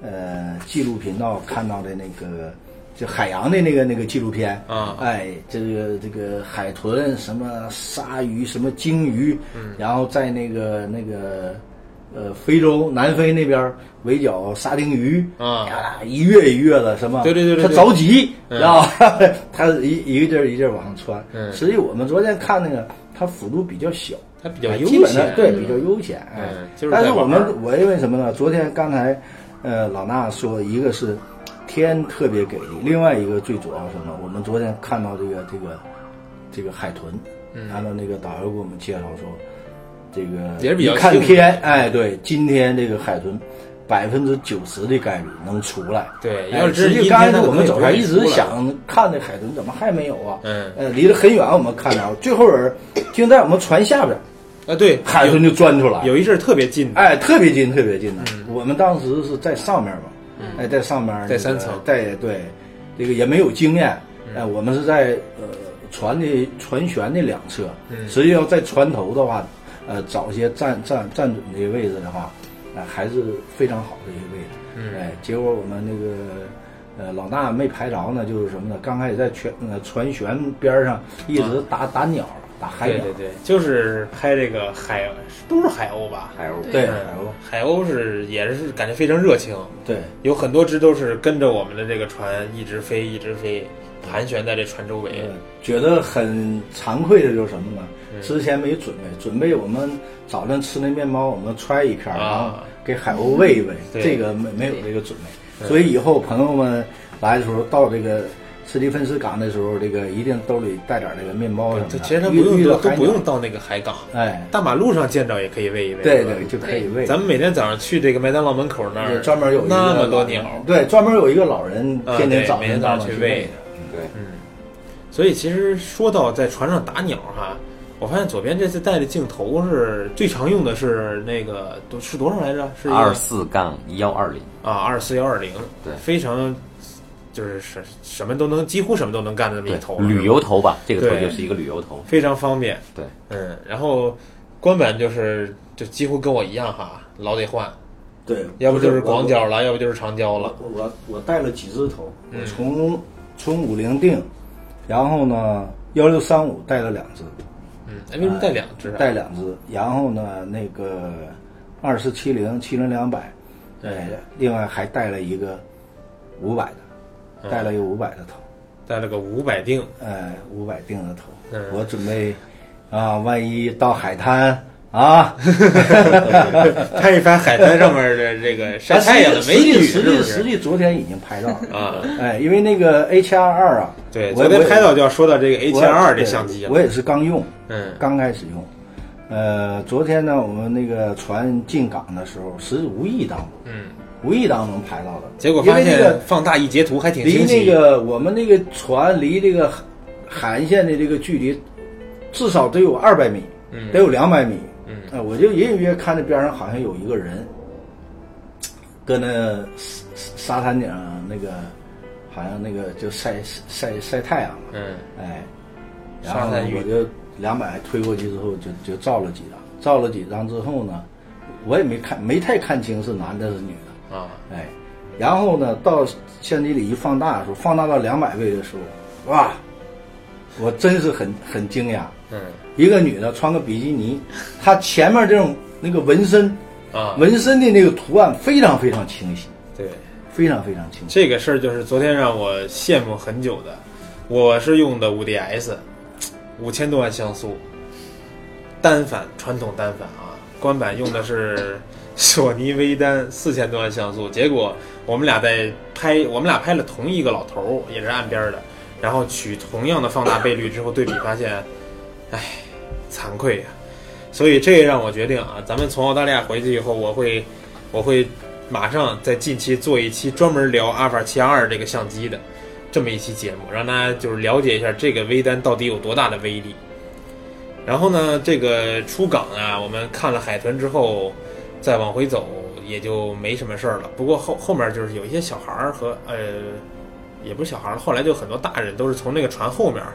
S4: 呃纪录频道看到的那个。就海洋的那个那个纪录片
S3: 啊
S4: 哎，这个这个海豚什么鲨鱼什么鲸鱼，
S3: 嗯
S4: 然后在那个那个呃非洲南非那边儿围剿沙丁鱼
S3: 啊
S4: 呀一跃一跃的什么，
S3: 对对对对
S4: 它
S3: 对
S4: 着急，然后 <laughs> 它一一个劲儿一个劲儿往上窜。
S3: 嗯
S4: 实际我们昨天看那个，它幅度比较小，啊
S3: 它比较悠
S4: 基本上
S3: 闲，
S4: 对比较悠闲。哎
S3: 嗯就是
S4: 但是
S3: 在玩
S4: 我
S3: 儿
S4: 们我认为什么呢？昨天刚才呃老衲说，一个是天特别给力，另外一个最主要是什么？我们昨天看到这个这个这个海豚，
S3: 嗯
S4: 按照那个导游给我们介绍说。这个
S3: 也是比较
S4: 一看
S3: 幸运
S4: 天，哎，对，今天这个海豚百分之九十的概率能出来。
S3: 对
S4: 哎
S3: 要是
S4: 实
S3: 阴
S4: 际
S3: 天
S4: 刚开
S3: 它
S4: 始
S3: 可
S4: 我
S3: 能
S4: 们
S3: 也
S4: 走
S3: 不
S4: 上
S3: 会
S4: 一
S3: 出
S4: 直
S3: 来
S4: 想看那海豚怎么还没有啊？
S3: 嗯
S4: 呃，离得很远，我们看到最后人竟在我们船下边，
S3: 啊，对，
S4: 海豚就钻出来，
S3: 有一阵儿特别近的，
S4: 哎，特别近，特别近的。
S3: 嗯
S4: 我们当时是在上面嘛，哎，在上面那个，
S3: 在三层
S4: 在对，这个也没有经验，
S3: 嗯
S4: 哎，我们是在呃船的船舷的两侧，
S3: 嗯
S4: 实际要在船头的话，呃，找一些站站站准的位置的话，哎，还是非常好的一个位置，
S3: 嗯
S4: 哎，结果我们那个。呃，老大没排着呢，就是什么呢？刚开始在全呃船舷边上一直打打鸟，打海
S3: 对
S4: 鸟
S3: 啊对，对，就是拍这个海，都是海鸥吧？
S5: 海鸥
S6: 对
S4: 对
S3: 嗯
S4: 海
S3: 海
S4: 鸥，
S3: 鸥是也是感觉非常热情，
S4: 对
S3: 有很多只都是跟着我们的这个船一直飞，一直飞，盘旋在这船周围。
S4: 呃，觉得很惭愧的就是什么呢？
S3: 嗯
S4: 之前没准备，准备我们早晨吃那面包，我们揣一片儿，然后
S3: 啊
S4: 给海鸥喂一喂，
S3: 对
S4: 这个没没有这个准备，所以以后朋友们来的时候，到这个斯蒂芬斯港的时候，这个一定兜里带点儿这个面包什么
S3: 这
S4: 的，
S3: 哦其实它不
S4: 遇
S3: 用
S4: 遇
S3: 都
S4: 到
S3: 都
S4: 海
S3: 不
S4: 鸟
S3: 用，到那个海港，
S4: 哎，
S3: 大马路上见着也可以喂一喂。
S4: 对
S3: 是吧
S4: 对，就可以喂。
S3: 咱们每天早上去这个麦当劳门口那
S4: 也
S3: 儿，
S4: 专门有一个
S3: 那么多
S4: 老人
S3: 鸟，
S4: 对，专门有一个老人
S3: 啊
S4: 天
S3: 对
S4: 天早
S3: 每天
S4: 晨
S3: 早
S4: 到
S3: 上去
S4: 喂
S3: 喂。
S5: 对，
S3: 所以其实说到在船上打鸟哈，我发现左边这次带的镜头是最常用的是那个都是多少来着？是一个
S5: 二四杠幺二零，
S3: 啊，二四幺二零，
S5: 对
S3: 非常就是什什么都能，几乎什么都能干的这么一
S5: 对
S3: 头，
S5: 旅游头吧，这个头
S3: 对
S5: 就是一个旅游头，
S3: 非常方便。
S5: 对，
S3: 嗯，然后官版就是就几乎跟我一样哈，老得换，
S4: 对，
S3: 要不就是
S4: 我
S3: 广角了，要不就是长焦了。
S4: 我我我带了几只头，
S3: 嗯
S4: 我从从五零定，然后呢幺六三五带了两只，
S3: 嗯，哎，为什么带两只啊？
S4: 带两只，然后呢那个二四七零七零两百，哎，另外还带了一个五百
S3: 嗯
S4: 的，带了一个五百的头，
S3: 带了个五百定，
S4: 哎，五百定的头
S3: 嗯，
S4: 我准备啊，万一到海滩啊，
S3: <laughs> 拍一拍海滩上面的这个 <laughs> 晒太阳的美女，
S4: 啊实
S3: 是不
S4: 际实
S3: 是？
S4: 际昨天已经拍到了，
S3: 啊，
S4: 哎，因为那个 H R 二啊，
S3: 对，
S4: 我
S3: 昨天
S4: 我也
S3: 拍到就要说到这个 A
S4: 我
S3: 7 2这
S4: 对
S3: 相机了啊
S4: 我。也是刚用，
S3: 嗯
S4: 刚开始用。呃，昨天呢，我们那个船进港的时候，是无意当中，
S3: 嗯，
S4: 无意当中拍到的。
S3: 结果
S4: 因
S3: 发
S4: 为那
S3: 现
S4: 个
S3: 放大一截图还挺
S4: 离
S3: 清晰。
S4: 那个我们那个船离这个海岸线的这个距离，至少得有二百米，
S3: 嗯
S4: 得有两百米。
S3: 嗯
S4: 哎我就隐隐约看着边上好像有一个人，搁那沙沙滩顶上那个，好像那个就晒晒晒太阳了。
S3: 嗯，
S4: 哎，然
S3: 沙
S4: 后
S3: 滩浴
S4: 我就两百推过去之后就，就照了几张，照了几张之后呢，我也没看，没太看清是男的是女的，
S3: 啊，
S4: 哎，然后呢，到相机里一放大的时候，放大到两百倍的时候，哇，我真是很很惊讶，
S3: 嗯
S4: 一个女的穿个比基尼，她前面这种那个纹身，
S3: 啊，
S4: 纹身的那个图案非常非常清晰，
S3: 对。
S4: 非常非常清晰，
S3: 这个事儿就是昨天让我羡慕很久的。我是用的五 DS，五千多万像素，单反传统单反啊，官版用的是 <laughs> 索尼微单四千多万像素。结果我们俩在拍，我们俩拍了同一个老头儿，也是岸边儿的，然后取同样的放大倍率之后对比，发现，唉，惭愧呀、啊所以这也让我决定啊，咱们从澳大利亚回去以后，我会，我会马上在近期做一期专门聊阿尔法七二这个相机的这么一期节目，让大家就是了解一下这个微单到底有多大的威力。然后呢，这个出港啊，我们看了海豚之后，再往回走也就没什么事儿了。不过后后面就是有一些小孩儿和呃，也不是小孩儿了，后来就很多大人都是从那个船后面儿，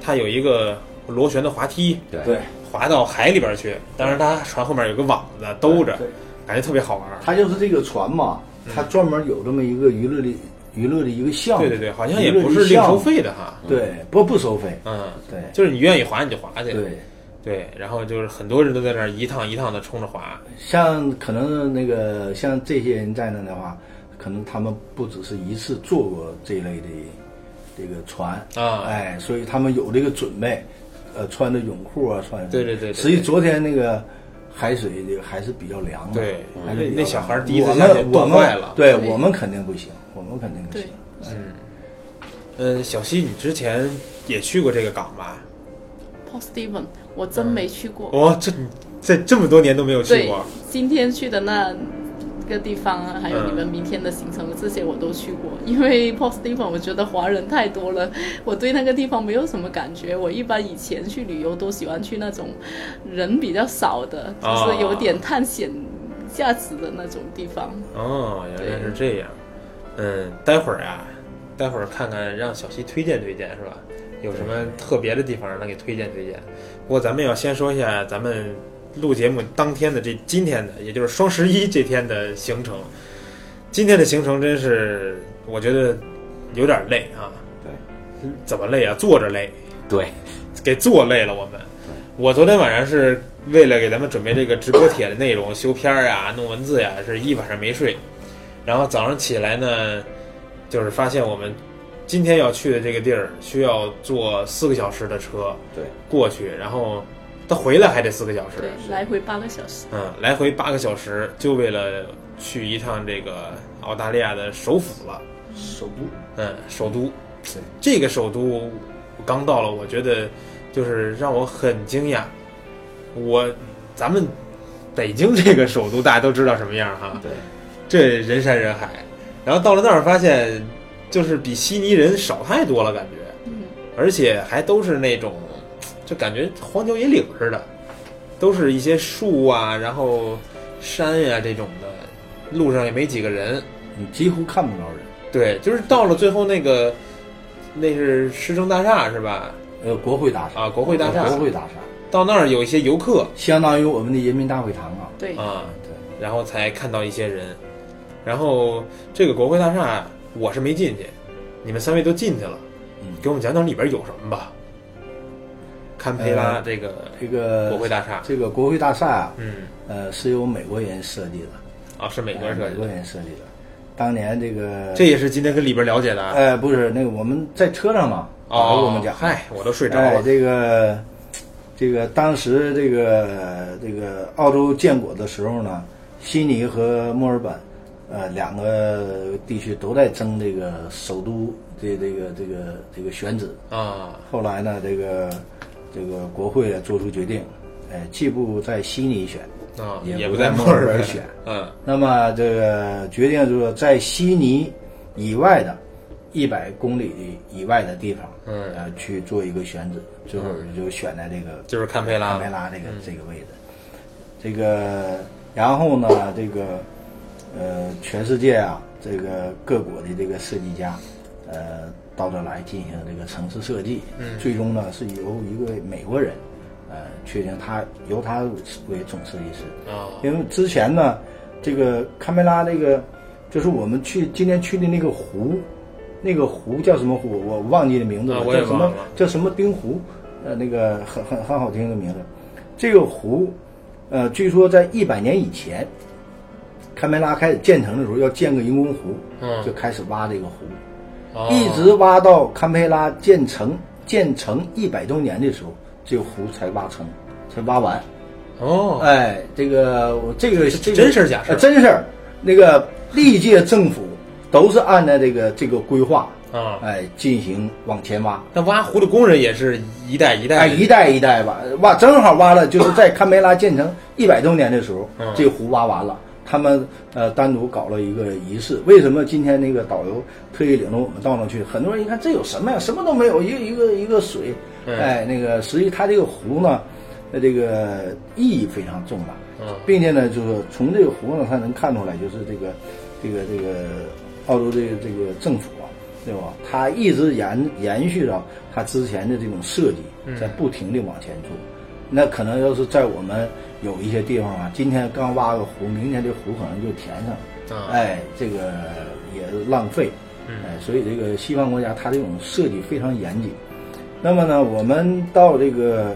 S3: 它有一个螺旋的滑梯，
S5: 对
S4: 对，
S3: 滑到海里边儿去。当然，它船后面有个网子兜着
S4: 对。，
S3: 感觉特别好玩儿。
S4: 它就是这个船嘛，
S3: 嗯
S4: 它专门有这么一个娱乐的娱乐的一个项目。
S3: 对对对，好像也不是
S4: 娱乐
S3: 另
S4: 的项
S3: 收
S4: 目。
S3: 费的哈。
S4: 对，不不收费。
S3: 嗯，
S4: 对
S3: 就是你愿意滑你就滑去。
S4: 对，
S3: 对然后就是很多人都在那儿一趟一趟的冲着滑。
S4: 像可能那个像这些人在那的话，可能他们不只是一次坐过这一类的这个船
S3: 啊
S4: 哎，所以他们有这个准备，呃，穿着泳裤啊，穿着
S3: 对对对对
S4: 实际昨天那个。海水这个还是比较凉的，
S3: 对
S4: 嗯
S3: 嗯
S4: 还是比较凉
S3: 那那小孩儿第一次
S4: 我
S3: 下去
S4: 们我
S3: 冻坏
S4: 们
S3: 了哎
S4: 对
S6: 对
S4: 我们肯定不行，我们肯定不行
S6: 对。
S3: 嗯，小西，你之前也去过这个港吧？
S6: Port Steven，我
S4: 嗯
S6: 真没去过。
S3: 哦，这你在这么多年都没有去
S6: 对
S3: 过。，
S6: 今天去的那个地方啊，还有
S3: 嗯
S6: 你们明天的行程，这些我都去过。因
S3: <laughs>
S6: 为 Port Steven，我觉得华人太多了，我对那个地方没有什么感觉。我一般以前去旅游都喜欢去那种人比较少的，
S3: 哦
S6: 就是有点探险价值的那种地方。
S3: 哦，原来是这样。嗯，待会儿啊，待会儿看看让小西推荐推荐是吧？有什么特别的地方让他给推荐推荐？不过咱们要先说一下咱们录节目当天的这今天的，也就是双十一这天的行程。今天的行程真是我觉得有点累啊，
S5: 对
S3: 怎么累啊？坐着累，
S5: 对
S3: 给坐累了我们。我昨天晚上是为了给咱们准备这个直播帖的内容，修片儿啊、弄文字呀、是一晚上没睡。然后早上起来呢，就是发现我们今天要去的这个地儿需要坐四个小时的车
S5: 对，
S3: 过去，然后他回来还得四个小时。
S6: 对，来回八个小时。
S3: 嗯，来回八个小时，就为了去一趟这个澳大利亚的首府了。
S5: 首都
S3: 嗯，首都，这个首都我刚到了，我觉得就是让我很惊讶。我，咱们北京这个首都大家都知道什么样哈，
S5: 对，
S3: 这人山人海。然后到了那儿发现，就是比悉尼人少太多了，感觉，
S6: 嗯，
S3: 而且还都是那种，就感觉荒郊野岭似的，都是一些树啊，然后山呀、这种的，路上也没几个人。
S4: 你几乎看不着人。
S3: 对，就是到了最后那个，那是市政大厦是吧？
S4: 呃，国会大厦
S3: 啊国会大厦
S4: 国会大厦，
S3: 到那儿有一些游客
S4: 相当于我们的人民大会堂啊。
S6: 对，
S3: 啊，
S4: 对，
S3: 然后才看到一些人。然后这个国会大厦我是没进去，你们三位都进去了，
S4: 嗯
S3: 给我们讲讲里边有什么吧。堪培拉
S4: 呃
S3: 这个
S4: 这个
S3: 国会大厦，
S4: 这个国会大厦啊，
S3: 嗯，
S4: 呃，是由美国人设计的，
S3: 啊是美国
S4: 呃
S3: 设
S4: 美
S3: 计
S4: 国
S3: 的，
S4: 人设计的。当年这个
S3: 这也是今天跟里边了解的啊。
S4: 呃，不是那个我们在车上嘛，
S3: 哦，
S4: 老我们讲，
S3: 嗨，我都睡着
S4: 哎，
S3: 了。
S4: 这个这个当时这个这个澳洲建国的时候呢，悉尼和墨尔本，呃，两个地区都在争这个首都的这个这个这个选址。
S3: 啊，
S4: 后来呢，这个这个国会啊做出决定，哎，既不在悉尼选，
S3: 啊，
S4: 也
S3: 也
S4: 不
S3: 在
S4: 在
S3: 墨
S4: 墨尔
S3: 本
S4: 本选，
S3: 嗯，
S4: 那么这个决定就是在悉尼以外的，一百公里以外的地方，
S3: 嗯
S4: 呃，去做一个选址，最后就选在这个
S3: 就是堪培拉嗯
S4: 堪培拉这个这个位置。这个，然后呢，这个，呃，全世界啊，这个各国的这个设计家，呃，到这来进行这个城市设计，嗯，最终呢是由一个美国人，呃，确定他由他为总设计师，
S3: 啊，
S4: 因为之前呢，这个堪培拉这个，就是我们去今天去的那个湖，那个湖叫什么湖？我忘记了名字
S3: 啊
S4: 了，
S3: 我也
S4: 叫什
S3: 忘
S4: 么
S3: 了
S4: 叫什么冰湖？呃，那个很很很好听的名字。这个湖，呃，据说在一百年以前，堪培拉开始建成的时候要建个人工湖，
S3: 嗯
S4: 就开始挖这个湖，
S3: 啊
S4: 一直挖到堪培拉建成建成一百周年的时候，这个湖才挖成，才挖完。
S3: 哦，
S4: 哎，这个我这个
S3: 这
S4: 这个
S3: 真事儿假事儿
S4: 呃真事儿。那个历届政府都是按照这个这个规划
S3: 啊
S4: 哎，进行往前挖，
S3: 那挖湖的工人也是一代一代
S4: 哎，
S3: 的
S4: 一代一代挖，挖正好挖了，就是在堪培拉建成一百周年的时候
S3: 嗯，
S4: 这湖挖完了。他们呃单独搞了一个仪式，为什么今天那个导游特意领着我们到那去？很多人一看这有什么呀？什么都没有，一个一个一个水，
S3: 嗯
S4: 哎，那个实际它这个湖呢，呃这个意义非常重大。
S3: 嗯
S4: 并且呢，就是从这个湖呢，它能看出来，就是这个，这个这个澳洲这个这个政府啊，对吧？它一直延延续着它之前的这种设
S3: 嗯
S4: 计，在不停的往前做。那可能要是在我们有一些地方啊，今天刚挖个湖，明天这湖可能就填上了
S3: 啊，嗯
S4: 哎，这个也浪费，哎，所以这个西方国家它这种设计非常严谨。那么呢，我们到这个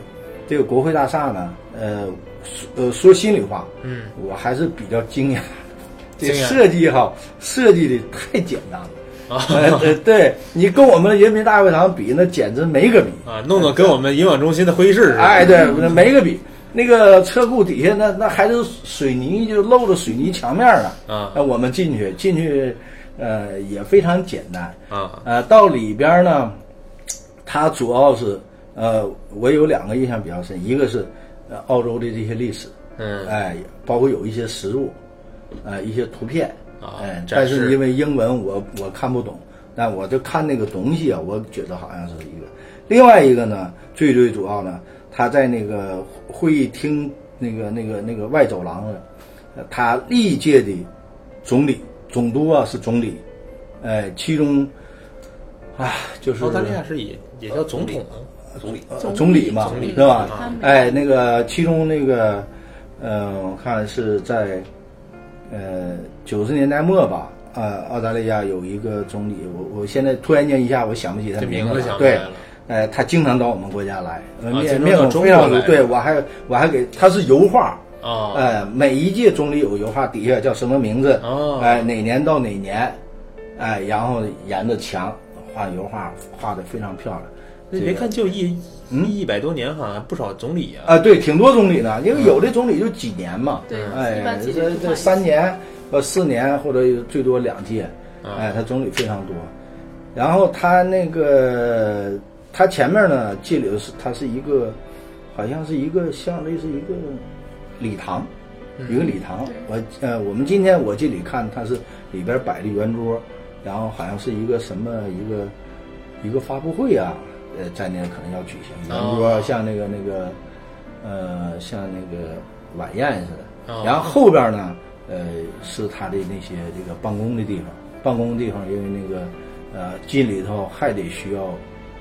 S4: 这个国会大厦呢，呃，说呃说心里话，
S3: 嗯，
S4: 我还是比较惊讶，这
S3: 惊讶
S4: 设计哈设计的太简单了。 <laughs>
S3: 啊
S4: 呃呃对你跟我们人民大会堂比，那简直没个比。
S3: 啊，弄得跟我们银网中心的会议室似的。
S4: 哎，对，没个比。那个车库底下那那还是水泥，就露着水泥墙面呢。
S3: 啊
S4: 那我们进去进去，呃，也非常简单。
S3: 啊，
S4: 呃，到里边儿呢，它主要是呃，我有两个印象比较深，一个是呃澳洲的这些历史，
S3: 嗯
S4: 哎，包括有一些实物，呃，一些图片，
S3: 啊
S4: 哎，
S3: 展
S4: 但
S3: 示
S4: 是因为英文我我看不懂，但我就看那个东西啊，我觉得好像是一个。另外一个呢，最最主要呢，他在那个会议厅那个那个那个外走廊上，呃他历届的总理、总督啊是总理，哎，其中，啊，就是
S3: 澳大利亚是也也叫总统
S5: 总理，
S4: 呃总理嘛，
S3: 总理
S4: 是吧
S6: 他们？
S4: 哎，那个其中那个，呃，我看是在，呃，九十年代末吧，啊呃，澳大利亚有一个总理，我我现在突然间一下我想不起他
S3: 这
S4: 名
S3: 名字
S4: 了
S3: 想，不
S4: 对
S3: 来了，
S4: 呃，他经常到我们国家来，呃
S3: 啊
S4: 面
S3: 经常
S4: 面
S3: 到
S4: 孔
S3: 中
S4: 非常
S3: 国
S4: 熟
S3: 来。
S4: 对我还我还给他是油画，
S3: 哦
S4: 呃，每一届中里有油画，底下叫什么名字，
S3: 哦
S4: 哎、哪年到哪年，哎、然后沿着墙画油画，画的非常漂亮。
S3: 那别看就一
S4: 嗯
S3: 一百多年，好像不少总理啊。
S4: 啊，对，挺多总理呢，因为有的总理就几年嘛，
S6: 嗯对
S4: 哎
S6: 一般，几年
S4: 这
S6: 就换
S4: 这
S6: 一
S4: 三
S6: 次
S4: 年呃四年或者最多两届，
S6: 嗯
S3: 啊
S4: 哎，他总理非常多。然后他那个他前面呢，这里是他是一个，好像是一个像类似一个礼堂，
S6: 嗯
S4: 一个礼堂。我呃，我们今天我这里看它是里边摆的圆桌，然后好像是一个什么一个一个发布会啊，呃，在那可能要举行圆桌，
S3: 哦
S4: 像那个那个呃，像那个晚宴似的。
S3: 哦
S4: 然后后边呢，呃，是他的那些这个办公的地方，办公的地方因为那个呃进里头还得需要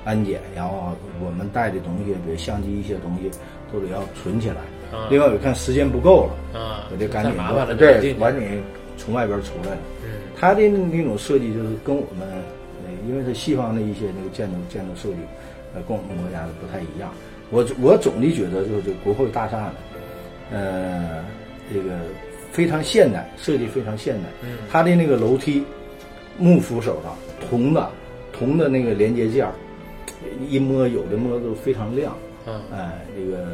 S4: 安检，然后我们带的东西，比如相机一些东西，都得要存起来。
S3: 啊
S4: 另外我看时间不够了，
S3: 啊，
S4: 我就赶紧
S3: 太麻烦了，这
S4: 对，
S3: 这
S4: 赶紧从外边出来了。
S3: 嗯
S4: 它的那种设计就是跟我们，呃，因为是西方的一些那个建筑建筑设计，呃，跟我们国家的不太一样。我我总的觉得就是这国会大厦呢，呃，这个非常现代，设计非常现代。
S3: 嗯
S4: 它的那个楼梯，木扶手上铜的铜的那个连接件儿，一摸有的摸都非常亮，
S3: 啊，
S4: 哎、这个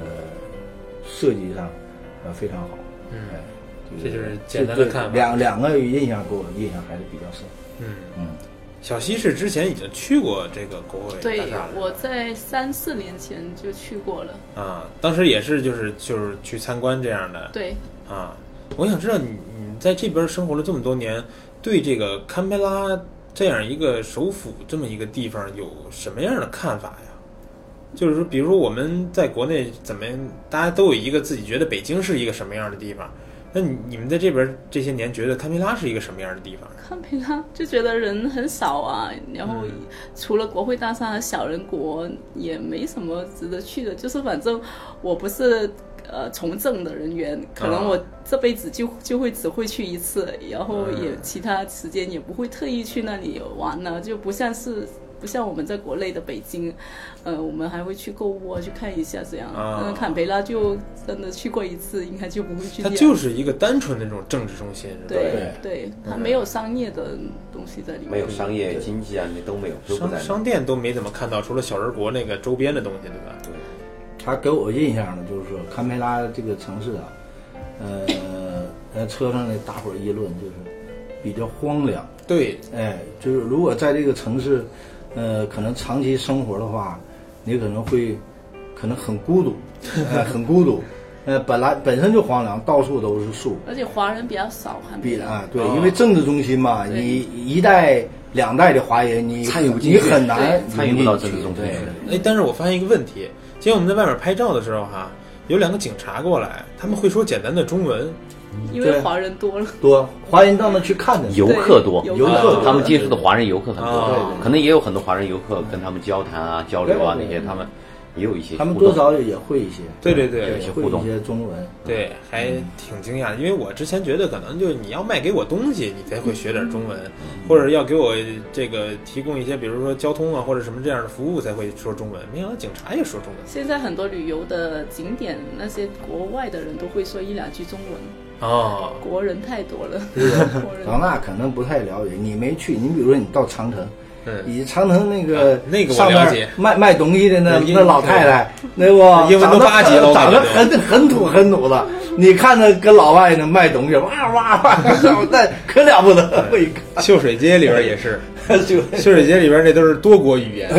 S4: 设计上呃非常好。
S3: 嗯
S4: 哎
S3: 这就是
S4: 这
S3: 简单的
S4: 这
S3: 看法
S4: 两两个印象给我印象还是比较深。
S3: 嗯。
S4: 嗯，
S3: 小西是之前已经去过这个国会
S6: 对
S3: 大厦了，
S6: 我在三四年前就去过了，
S3: 啊，当时也是就是就是去参观这样的
S6: 对，
S3: 啊。我想知道你你在这边生活了这么多年，对这个堪培拉这样一个首府这么一个地方有什么样的看法呀？就是说，比如说我们在国内怎么大家都有一个自己觉得北京是一个什么样的地方，那你你们在这边这些年觉得堪培拉是一个什么样的地方？
S6: 堪培拉就觉得人很少啊，然后
S3: 嗯
S6: 除了国会大厦和小人国也没什么值得去的，就是反正我不是呃从政的人员，可能我这辈子就就会只会去一次，然后也
S3: 嗯
S6: 其他时间也不会特意去那里玩呢、就不像是。不像我们在国内的北京，呃，我们还会去购物啊，去看一下这样。
S3: 啊
S6: 嗯，堪培拉就真的去过一次，应该就不会去
S3: 它
S6: 第二次。
S3: 就是一个单纯的那种政治中心，是吧？
S6: 对对，它没有商业的东西在里面，
S5: 嗯没有商业、经济啊，那都没有，都不
S3: 商
S5: 在那
S3: 商
S5: 儿。
S3: 店都没怎么看到，除了小人国那个周边的东西，对吧？
S5: 对
S4: 他给我印象呢，就是说堪培拉这个城市啊，呃，呃，车上的大伙儿议论就是比较荒凉，
S3: 对，
S4: 哎，就是如果在这个城市，呃，可能长期生活的话，你可能会可能很孤独，呃，很孤独， <laughs> 呃，本来本身就荒凉，到处都是树，
S6: 而且华人比较少，还
S4: 比啊，对
S3: 哦，
S4: 因为政治中心嘛，
S6: 对
S4: 你一代两代的华人，你
S5: 参与不进
S4: 你
S5: 去
S4: 很难
S5: 参与不到政
S4: 进
S5: 治中心
S4: 对
S3: 哎，但是我发现一个问题，今天我们在外面拍照的时候哈、有两个警察过来，他们会说简单的中文，
S6: 因为
S4: 对
S6: 华人多了，
S4: 多华人到那去看的，
S5: <laughs> 游客多，
S6: 对
S4: 游客多
S5: 他们接触的华人游客很
S3: 啊
S5: 多，可能也有很多华人游客跟他们交谈啊、交流啊
S4: 对
S5: 那些，他们也有一些
S4: 他们
S5: 互
S4: 多
S5: 动
S4: 少也会一些，
S3: 对对对
S5: 有
S4: 也
S5: 些
S4: 会
S5: 互动
S4: 一些中文。
S3: 对，还挺惊讶的，因为我之前觉得可能就是你要卖给我东西，你才会学点中文，或者要给我这个提供一些，比如说交通啊或者什么这样的服务才会说中文，没想到警察也说中文
S6: 现在很多旅游的景点，那些国外的人都会说一两句中文，
S3: 哦，
S6: 国人太多了，国人
S4: 老衲可能不太了解，你没去，你比如说你到长城，
S3: 嗯，
S4: 你长城那个
S3: 啊那个我
S4: 上面
S3: 了解
S4: 卖卖东西的那
S3: 英
S4: 那老太太，那不
S3: 英文都
S4: 长得
S3: 八级了我感
S4: 长
S3: 觉
S4: 得很很土很土的，你看她跟老外那卖东西，哇哇哇，那可了不得，我一看。
S3: 秀水街里边也是。
S4: 就
S3: <laughs> 秀水街里边那都是多国语 <laughs> 言，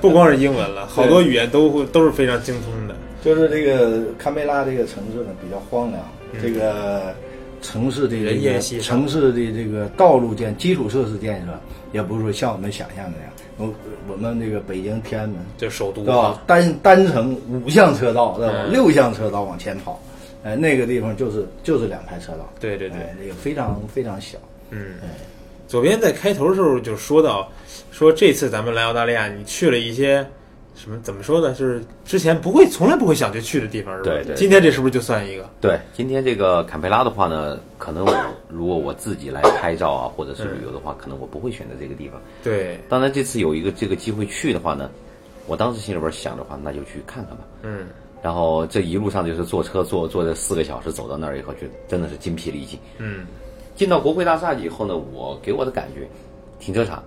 S3: 不光是英文了，好多语言都会都是非常精通的。
S4: 就是这个堪培拉这个城市呢比较荒凉，这个城市的这
S3: 人烟
S4: 个
S3: 稀少
S4: 城市的这个道路建基础设施建设，也不是说像我们想象的那样。我我们这个北京天安门
S3: 就首都
S4: 对吧
S3: 啊，？
S4: 单单程五项车道对吧？
S3: 嗯
S4: 六项车道往前跑，呃，那个地方就是就是两排车道，
S3: 对对对
S4: 哎那个非常非常小。
S3: 嗯，左边在开头的时候就说到，说这次咱们来澳大利亚，你去了一些什么？怎么说呢？就是之前不会，从来不会想去去的地方，是吧？
S5: 对对对
S3: 今天这是不是就算一个？
S5: 对，今天这个坎培拉的话呢，可能我如果我自己来拍照啊，或者是旅游的话，可能我不会选择这个地方。
S3: 对，
S5: 当然，这次有一个这个机会去的话呢，我当时心里边想的话，那就去看看吧。
S3: 嗯，
S5: 然后这一路上就是坐车坐坐这四个小时，走到那儿以后，就真的是筋疲力尽。
S3: 嗯，
S5: 进到国会大厦以后呢，我给我的感觉，停车场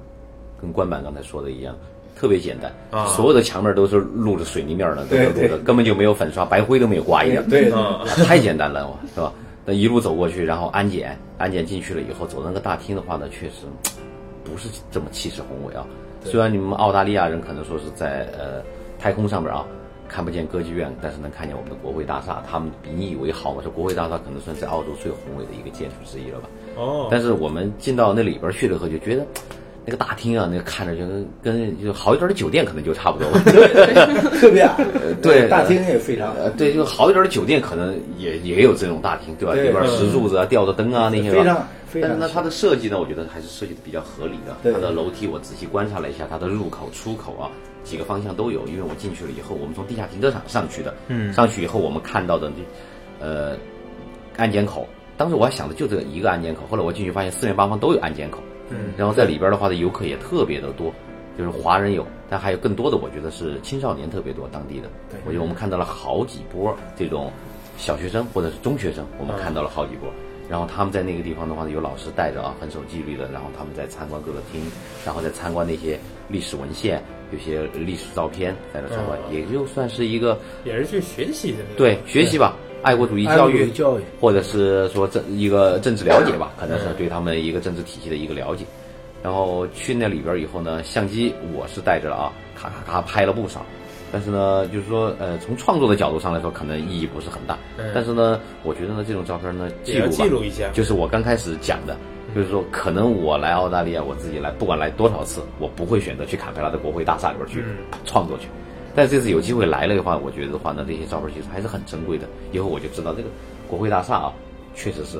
S5: 跟官版刚才说的一样，特别简单，
S3: 啊
S5: 所有的墙面都是露着水泥面的，都是
S4: 对对
S5: 露着，根本就没有粉刷，白灰都没有刮一点。
S4: <laughs> 对，
S3: 啊，
S5: 啊 <laughs> 太简单了，是吧？那一路走过去，然后安检，安检进去了以后，走到那个大厅的话呢，确实嗯不是这么气势宏伟啊。虽然你们澳大利亚人可能说是在呃太空上面啊看不见歌剧院，但是能看见我们的国会大厦，他们引以为豪嘛。这国会大厦可能算在澳洲最宏伟的一个建筑之一了吧。
S3: 哦，
S5: 但是我们进到那里边去了以后，就觉得那个大厅啊，那个看着就跟跟就好一点的酒店可能就差不多吧。
S4: 特别矮，
S3: 呃
S5: 对
S4: 大厅也非常
S5: 呃，对，就好一点的酒店可能也也有这种大厅，对吧？
S4: 对嗯
S5: 里边石柱子啊、吊着灯啊那些
S4: 非
S5: 吧
S4: 常非
S5: 但是
S4: 常
S5: 呢，它的设计呢，我觉得还是设计的比较合理的。
S4: 对
S5: 它的楼梯我仔细观察了一下，它的入口、出口啊几个方向都有。因为我进去了以后，我们从地下停车场上去的，
S3: 嗯
S5: 上去以后我们看到的那，呃，安检口。当时我还想的就这一个安检口，后来我进去发现四面八方都有安检口，
S3: 嗯，
S5: 然后在里边的话呢，游客也特别的多，就是华人有，但还有更多的，我觉得是青少年特别多，当地的。
S4: 对
S5: 我觉得我们看到了好几波这种小学生或者是中学生，我
S3: 嗯
S5: 们看到了好几波。然后他们在那个地方的话呢，有老师带着啊，很守纪律的。然后他们在参观各个厅，然后再参观那些历史文献，有些历史照片在那参观，
S3: 嗯
S5: 也就算是一个
S3: 也是去学习的那种，
S5: 对学习吧，爱国主义
S4: 爱国
S5: 教
S4: 主
S5: 育
S4: 义，教育，
S5: 或者是说政一个政治了解吧，可能是对他们一个政治体系的一个了解。然后去那里边儿以后呢，相机我是带着了啊，咔咔咔拍了不少。但是呢，就是说，呃，从创作的角度上来说，可能意义不是很大。
S3: 嗯
S5: 但是呢，我觉得呢，这种照片呢，记
S3: 也要
S5: 录吧，
S3: 记录一下，
S5: 就是我刚开始讲的，就是说，可能我来澳大利亚，我自己来，不管来多少次，我不会选择去坎培拉的国会大厦里边去
S3: 嗯
S5: 创作去。但这次有机会来了的话，我觉得的话呢，这些照片其实还是很珍贵的。以后我就知道这个国会大厦啊，确实是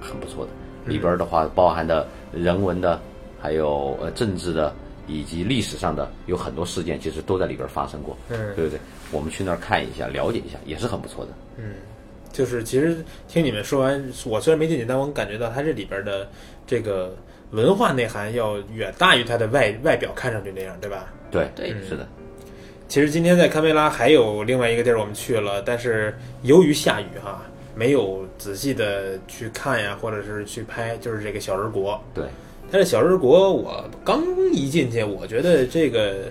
S5: 很不错的。嗯里边的话包含的人文的，还有呃政治的，以及历史上的有很多事件，其实都在里边发生过，
S3: 嗯
S5: 对不对？我们去那儿看一下，了解一下，也是很不错的。
S3: 就是其实听你们说完，我虽然没进去，但我感觉到它这里边的这个文化内涵要远大于它的外外表看上去那样，对吧？
S5: 对，
S6: 对
S5: 是的，
S3: 其实今天在堪培拉还有另外一个地儿我们去了，但是由于下雨哈，没有仔细的去看呀，或者是去拍，就是这个小人国。
S5: 对。
S3: 但是小人国，我刚一进去，我觉得这个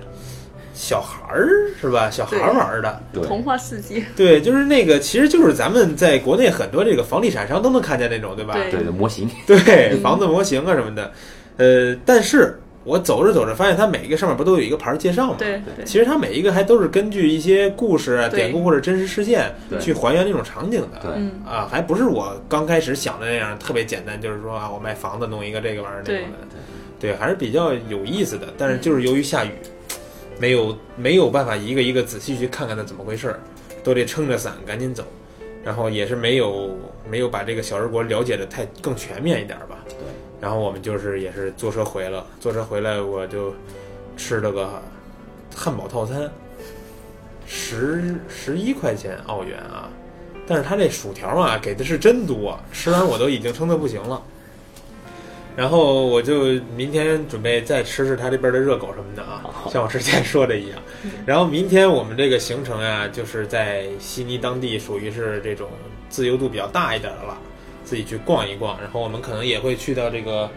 S3: 小孩儿是吧？小孩儿玩儿的，
S5: 对
S6: 童话世界，
S3: 对，就是那个，其实就是咱们在国内很多这个房地产商都能看见那种，对吧？
S6: 对
S5: 对的模型，
S3: 对，房子模型啊什么的。呃，但是我走着走着发现，它每一个上面不都有一个牌儿介绍吗？
S6: 对对
S3: 其实它每一个还都是根据一些故事啊、
S6: 对
S3: 典故或者真实事件
S5: 对
S3: 去还原那种场景的。
S5: 对
S6: 嗯
S3: 啊，还不是我刚开始想的那样特别简单，就是说啊，我卖房子弄一个这个玩意儿那
S6: 对
S3: 种的。对，还是比较有意思的。但是就是由于下雨，没有没有办法一个一个仔细去看看它怎么回事儿，都得撑着伞赶紧走。然后也是没有没有把这个小人国了解的太更全面一点儿吧。
S5: 对，
S3: 然后我们就是也是坐车回了，坐车回来我就吃了个汉堡套餐，十十一块钱澳元啊。但是他这薯条啊，给的是真多，吃完我都已经撑得不行了。然后我就明天准备再吃吃他这边的热狗什么的啊，像我之前说的一样。然后明天我们这个行程啊，就是在悉尼当地属于是这种自由度比较大一点的了，自己去逛一逛。然后我们可能也会去到这个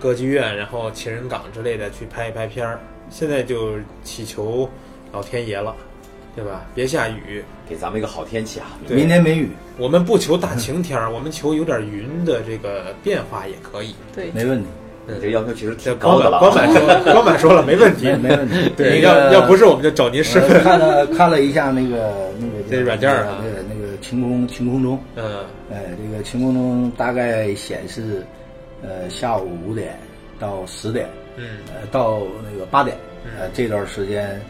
S3: 歌剧院，然后情人港之类的去拍一拍片儿。现在就祈求老天爷了，对吧？别下雨，
S5: 给咱们一个好天气啊！
S3: 对
S4: 明天梅雨
S3: 我们不求大晴天儿，我们求有点云的这个变化也可以。
S6: 对，
S4: 没问题，
S5: 你这个要求其实
S3: 这
S5: 挺
S3: 光
S5: 高的
S3: 板
S5: 了
S3: 光
S5: 啊。
S3: 板说光板说了没问题
S4: 没，没问题。
S3: <laughs> 对，
S4: 那个
S3: 要要不是我们就找您师
S4: 我
S3: 傅。
S4: 看了看了一下那个那个
S3: 这软件儿啊
S4: 那个那个晴空晴空中，
S3: 嗯
S4: 哎，这个晴空中大概显示，呃，下午五点到十点，
S3: 嗯
S4: 呃，到那个八点，呃，这段时间，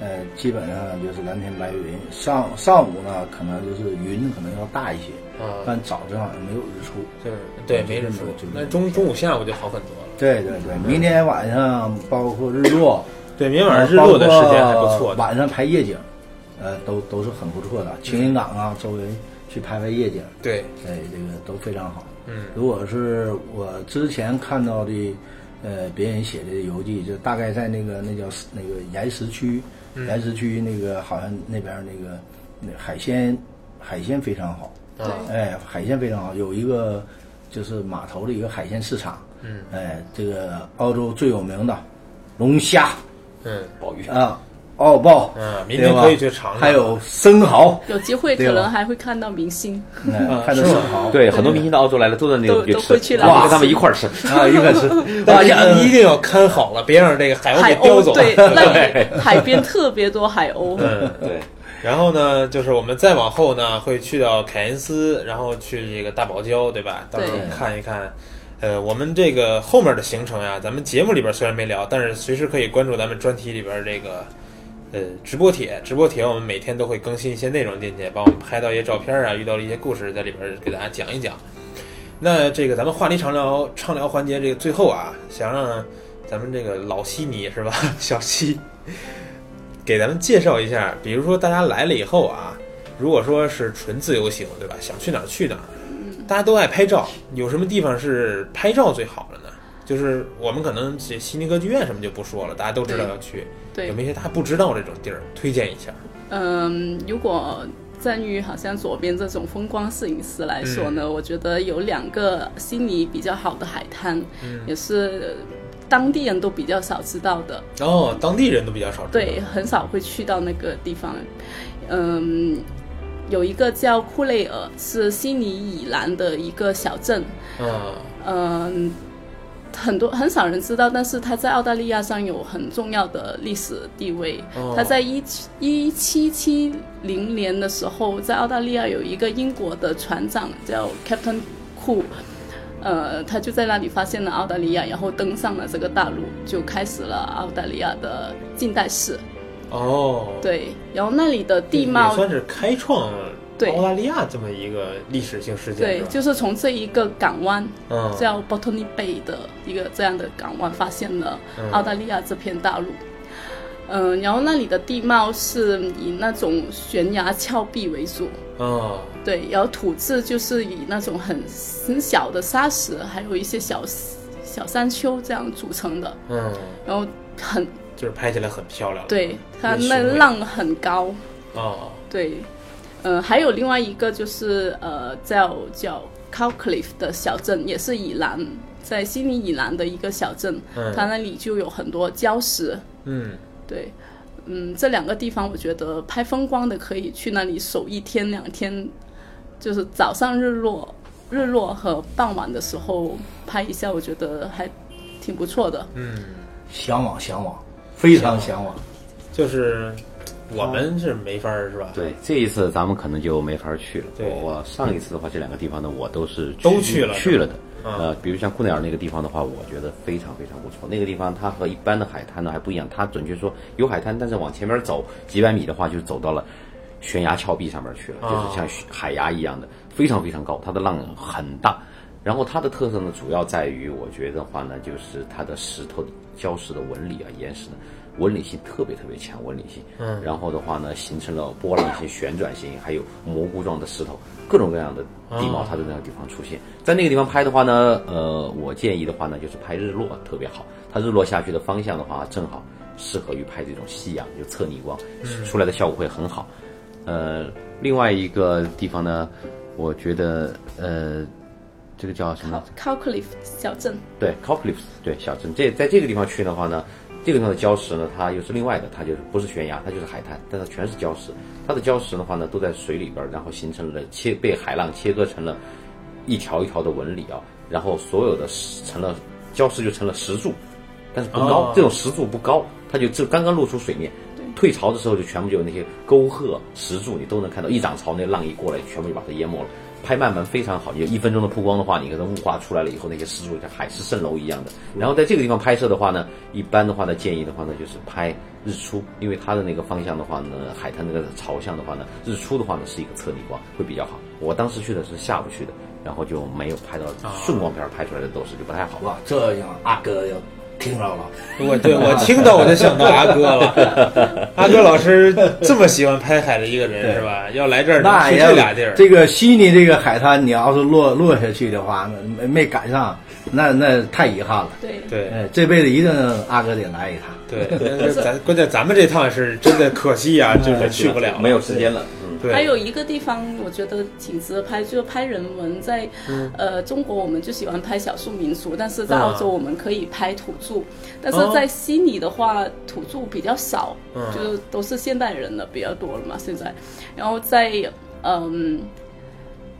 S4: 呃，基本上就是蓝天白云。上上午呢，可能就是云可能要大一些，
S3: 啊，
S4: 但早上好像没有日出。
S3: 就是对没人说
S4: 就是。
S3: 那中中午下午就好很多了。
S4: 对对对，明天晚上包括日落，
S3: 对，明天晚上日落的时间还不错
S4: 呃包括
S3: 的。嗯
S4: 晚上拍夜景，呃，都都是很不错的。青云港啊，周围去拍拍夜景，
S3: 对，
S4: 哎，这个都非常好。
S3: 嗯
S4: 如果是我之前看到的，呃，别人写的游记，就大概在那个那叫那个岩石区，
S3: 嗯
S4: 盐池区那个好像那边儿那个那海鲜海鲜非常好，
S6: 对
S4: 哎，海鲜非常好，有一个就是码头的一个海鲜市场，
S3: 嗯
S4: 哎，这个澳洲最有名的龙虾
S3: 嗯
S5: 鲍鱼，
S4: 啊，澳鲍，
S3: 嗯，明
S4: 对
S3: 天
S4: 吧
S3: 可以去尝尝。
S4: 还有生蚝，
S6: 有机会
S4: 对
S6: 可
S4: 吧
S6: 能还会看到明星，
S4: 嗯， <laughs> 看着
S3: 是
S4: 生
S3: 吗
S4: 蚝，
S5: 对，很多明星到澳洲来了，都在那
S6: 都
S5: 个去
S6: 都
S5: 吃
S6: 会去，
S5: 哇，
S6: 拉
S5: 跟他们
S6: 面
S5: 一块儿吃。
S4: 啊，一个是，
S3: 大
S6: <laughs>
S4: 而且
S3: 家一定要看好了，别让这个海鸥
S6: 海
S3: 给叼
S6: 鸥
S3: 走。
S5: <laughs>
S6: 对，那里海边特别多海鸥，
S3: <laughs> 嗯，
S5: 对，
S3: 然后呢，就是我们再往后呢，会去到凯恩斯，然后去这个大堡礁，对吧？到时候
S6: 对
S3: 看一看。呃，我们这个后面的行程呀，咱们节目里边虽然没聊，但是随时可以关注咱们专题里边这个呃直播帖。直播帖我们每天都会更新一些内容进去，帮我们拍到一些照片啊，遇到了一些故事，在里边给大家讲一讲。那这个咱们话题畅聊畅聊环节，这个最后啊，想让咱们这个老悉尼是吧， <laughs> 小西给咱们介绍一下，比如说大家来了以后啊，如果说是纯自由行，对吧？想去哪儿去哪儿，
S6: 嗯
S3: 大家都爱拍照，有什么地方是拍照最好的呢？就是我们可能这悉尼歌剧院什么就不说了，大家都知道要去，
S6: 对
S3: 有没有一些大家不知道这种地儿推荐一下？
S6: 嗯，如果站于好像左边这种风光摄影师来说呢，我觉得有两个悉尼比较好的海滩，也是当地人都比较少知道的，
S3: 哦，当地人都比较少知道。
S6: 对，很少会去到那个地方。嗯，有一个叫库雷尔，是悉尼以南的一个小镇，
S3: 嗯，
S6: 嗯，很多很少人知道，但是它在澳大利亚上有很重要的历史地位。
S3: 哦
S6: 它在一一七七零年的时候，在澳大利亚有一个英国的船长叫 Captain Cook，呃，他就在那里发现了澳大利亚，然后登上了这个大陆，就开始了澳大利亚的近代史。
S3: 哦，
S6: 对，然后那里的地
S3: 也
S6: 貌
S3: 算是开创
S6: 对
S3: 澳大利亚这么一个历史性事件，
S6: 对
S3: 是，吧
S6: 就是从这一个港湾，
S3: 嗯
S6: 叫 Botany Bay 的一个这样的港湾，发现了
S3: 嗯
S6: 澳大利亚这片大陆。嗯、然后那里的地貌是以那种悬崖峭壁为主，
S3: 嗯
S6: 对，然后土质就是以那种很很小的沙石，还有一些小小山丘这样组成的，
S3: 嗯，
S6: 然后很
S3: 就是拍起来很漂亮。
S6: 对，它
S3: 很
S6: 那
S3: 雄伟
S6: 浪很高，
S3: 哦，
S6: 对，呃，还有另外一个就是呃，叫叫 Cowcliff 的小镇，也是以南，在悉尼以南的一个小镇，
S3: 嗯
S6: 它那里就有很多礁石。
S3: 嗯
S6: 对，嗯，这两个地方我觉得拍风光的可以去那里守一天两天，就是早上日落、日落和傍晚的时候拍一下，我觉得还挺不错的。
S3: 嗯。
S4: 向往向往，非常向往。
S3: 就是我们是没法儿是吧？
S5: 对，这一次咱们可能就没法去了。
S3: 对
S5: 我我上一次的话，这两个地方呢，我都是
S3: 都去了
S5: 去了的。
S3: 嗯
S5: 呃，比如像库内尔那个地方的话，我觉得非常非常不错。那个地方它和一般的海滩呢还不一样，它准确说有海滩，但是往前面走几百米的话，就走到了悬崖峭壁上面去了，
S3: 啊
S5: 就是像海崖一样的，非常非常高，它的浪很大。然后它的特色呢，主要在于我觉得的话呢，就是它的石头礁石的纹理啊、岩石的纹理性特别特别强，纹理性。嗯。然后的话呢，形成了波浪形、旋转形，还有蘑菇状的石头，各种各样的地貌，它都在那个地方出现。在那个地方拍的话呢，呃，我建议的话呢，就是拍日落特别好。它日落下去的方向的话，正好适合于拍这种夕阳，就侧逆光，出来的效果会很好。呃，另外一个地方呢，我觉得呃，这个叫什么？
S6: Cowcliff 小镇，
S5: 对 c o c l i f s 对小镇。这在这个地方去的话呢，这个地方的礁石呢，它又是另外的，它就是不是悬崖，它就是海滩，但它全是礁石。它的礁石的话呢，都在水里边儿，然后形成了切被海浪切割成了一条一条的纹理啊，然后所有的石成了礁石就成了石柱，但是不高，
S3: 哦
S5: 这种石柱不高，它就这刚刚露出水面。退潮的时候就全部就有那些沟壑、石柱，你都能看到。一涨潮，那浪一过来，全部就把它淹没了。拍慢门非常好，你一分钟的曝光的话，你可能雾化出来了以后，那些石柱像海市蜃楼一样的。然后在这个地方拍摄的话呢，一般的话呢，建议的话呢就是拍日出，因为它的那个方向的话呢，海滩那个朝向的话呢，日出的话呢是一个侧逆光，会比较好。我当时去的是下午去的，然后就没有拍到
S3: 啊
S5: 顺光片儿拍出来的都是就不太好了。
S4: 哇，这样阿哥要听到了，
S3: 我对我听到我就想到阿哥了，阿哥老师这么喜欢拍海的一个人
S4: 对
S3: 是吧？要来这儿能
S4: 那
S3: 去
S4: 也
S3: 这俩地儿，
S4: 这个悉尼这个海滩，你要是落落下去的话，那没没赶上，那那太遗憾了。
S6: 对，
S3: 对
S4: 嗯哎，这辈子一定阿哥得来一趟。
S3: 对，但是咱关键咱们这趟是真的可惜啊，就是去不了，
S5: 没有时间了。嗯，
S3: 对，
S6: 还有一个地方，我觉得挺值得拍，就是拍人文。在、呃中国，我们就喜欢拍少数民族，但是在澳洲，
S3: 嗯
S6: 我们可以拍土著。但
S3: 哦
S6: 是在悉尼的话，土著比较少，
S3: 嗯
S6: 就都是现代人的比较多了嘛。现在，然后在嗯、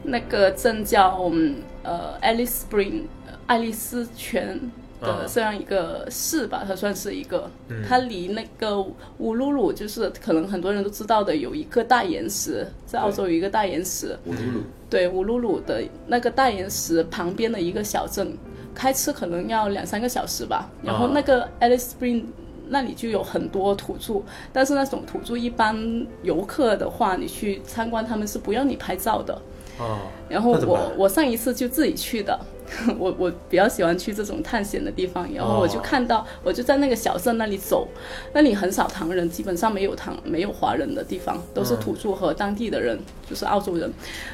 S6: 那个镇叫嗯呃 Alice Spring 呃爱丽丝泉的
S3: 嗯
S6: 这样一个市吧，它算是一个，
S3: 嗯
S6: 它离那个乌鲁鲁就是可能很多人都知道的，有一个大岩石，在澳洲有一个大岩石，
S5: 乌鲁鲁，
S6: 对乌鲁鲁的那个大岩石旁边的一个小镇，开车可能要两三个小时吧。然后
S3: 啊
S6: 那个 Alice Spring 那里就有很多土著，但是那种土著一般游客的话，你去参观他们是不让你拍照的。
S3: 哦，
S6: 然后
S3: 那怎么办
S6: 我我上一次就自己去的， <laughs> 我我比较喜欢去这种探险的地方，然后
S3: 哦
S6: 我就看到、我就在那个小镇那里走，那里很少唐人，基本上没有唐没有华人的地方，都是土著和当地的人，就是澳洲人，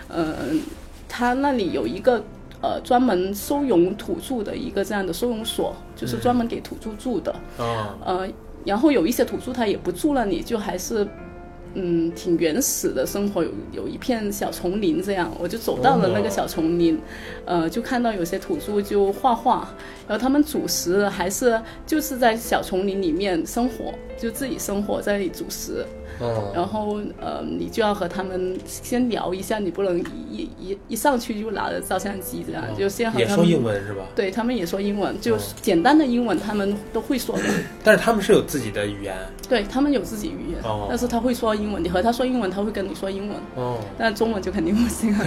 S6: 嗯、他那里有一个。呃，专门收容土著的一个这样的收容所，就是
S3: 嗯
S6: 专门给土著住的。
S3: 哦，
S6: 呃，然后有一些土著他也不住那里，就还是嗯挺原始的生活，有有一片小丛林这样，我就走到了那个小丛林，呃，就看到有些土著就画画，然后他们主食还是就是在小丛林里面生活，就自己生活在那里主食，
S3: 哦，
S6: 然后呃，你就要和他们先聊一下，你不能一一一一上去就拿着照相机这样，就先和
S3: 哦也
S6: 他
S3: 说
S6: 们
S3: 英。文是哦吧？
S6: 对他们也说英文，就简单的英文他们都会说的。
S3: 但是他们是有自己的语言，
S6: 对他们有自己语言，
S3: 哦
S6: 但是他会说英文，你和他说英文，他会跟你说英文，
S3: 哦，
S6: 但中文就肯定不行了。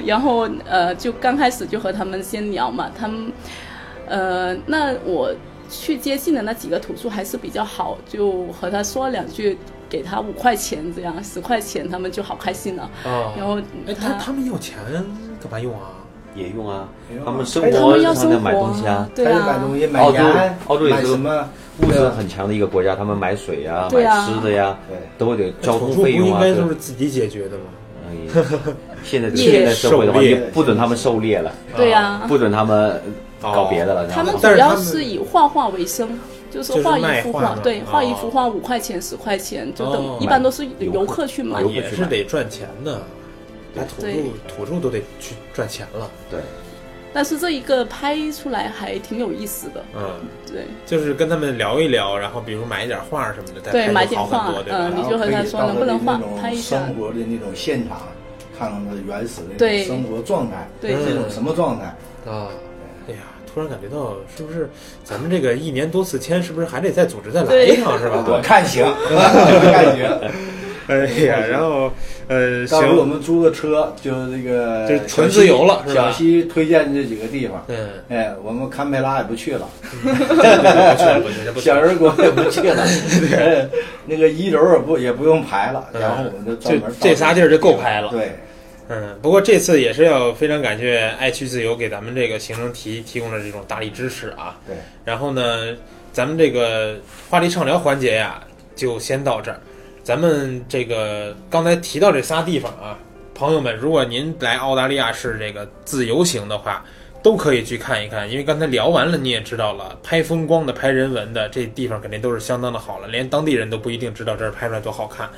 S6: <laughs> 然后呃，就刚开始就和他们先聊嘛，他们呃，那我去接近的那几个土著还是比较好，就和他说两句，给他五块钱这样，十块钱，他们就好开心了。然
S3: 哦，
S6: 后
S3: 哎，他他们要钱干嘛用啊？
S5: 也用啊
S4: 也，用啊
S5: 他们生
S4: 哎
S6: 他们
S5: 活
S6: 要
S5: 上
S6: 生
S5: 的
S6: 活
S5: 买东西啊，
S6: 对
S4: 还得买
S6: 啊
S4: 东，西，买
S5: 澳洲
S4: 盐，
S5: 澳洲也
S4: 买
S5: 是
S4: 什么
S5: 物质
S4: 对啊
S5: 很强的一个国家，他们买水啊，
S6: 对啊
S5: 买吃的呀
S4: 对，
S5: 都得交
S3: 土
S5: 通
S3: 著不
S5: 费用
S3: 应
S5: 啊。
S3: 该
S5: 对
S3: 都是自己解决的吗？
S5: 哎呀现在
S6: 也
S5: 现在社会的话，
S3: 狩猎
S5: 也不准他们狩猎了，
S6: 对啊，
S5: 不准他们搞别的了，
S6: 他
S5: 然
S6: 们
S5: 后
S6: 主
S3: 但是他
S6: 要
S3: 们
S6: 是以画画为生，就是
S3: 就是
S6: 画
S3: 卖
S6: 一幅
S3: 画
S6: 画
S3: 嘛，
S6: 对，
S3: 哦
S6: 画一幅画五块钱、十块钱，就
S3: 哦
S6: 等一般都是
S5: 游
S6: 游
S5: 客
S6: 客去买
S5: 游。客
S3: 也是得赚钱的，把土
S6: 对
S3: 著土著都得去赚钱了，
S5: 对，
S6: 但是这一个拍出来还挺有意思的，
S3: 嗯。
S6: 对
S3: 就是跟他们聊一聊，然后比如买一点画什么的，再
S6: 对
S3: 拍就
S6: 买点
S3: 好很多
S6: 画
S3: 对
S6: 嗯
S3: 吧？
S6: 你就和他说能不能画
S4: 然后可
S6: 拍
S4: 以到那里那种
S6: 一下
S4: 生活的那种现场，看看他原始的那
S6: 对
S4: 种生活状态，
S6: 对
S4: 这种什么状态？
S5: 嗯
S3: 啊，哎呀，突然感觉到是不是咱们这个一年多次签，是不是还得再组织再来一趟是吧？
S4: 我
S3: <laughs>
S4: 看行，感觉。
S3: 哎呀，然后呃，
S4: 到时候我
S3: 行，
S4: 们租个车，就是这个
S3: 就是纯自由了
S4: 小西
S3: 是吧
S4: 小西推荐这几个地方，
S3: 嗯，
S4: 哎，我们堪培拉也不去了，
S3: 不去了， <laughs> 不去了，不去
S4: 小
S3: 了。
S4: 人国也不去
S3: <laughs>
S4: 了，哎那个一楼也不也不用排了，然后我 <laughs> 们就专门
S3: 嗯这这仨地儿就够排了
S4: 对，
S3: 嗯，不过这次也是要非常感谢爱趣自由给咱们这个行程提提供了这种大力支持啊。
S4: 对，
S3: 然后呢，咱们这个话题畅聊环节呀，就先到这儿。咱们这个刚才提到这仨地方啊，朋友们，如果您来澳大利亚是这个自由行的话，都可以去看一看，因为刚才聊完了，你也知道了，拍风光的、拍人文的，这地方肯定都是相当的好了，连当地人都不一定知道这儿拍出来多好看。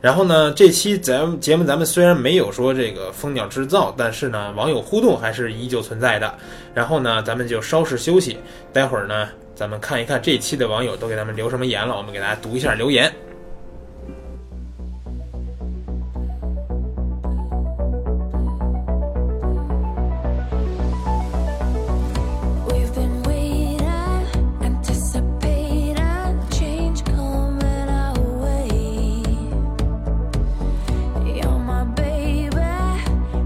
S3: 然后呢，这期咱们节目咱们虽然没有说这个蜂鸟制造，但是呢，网友互动还是依旧存在的。然后呢，咱们就稍事休息，待会儿呢，咱们看一看这期的网友都给咱们留什么言了，我们给大家读一下留言。
S7: We've been waiting, anticipating change coming our way. You're my baby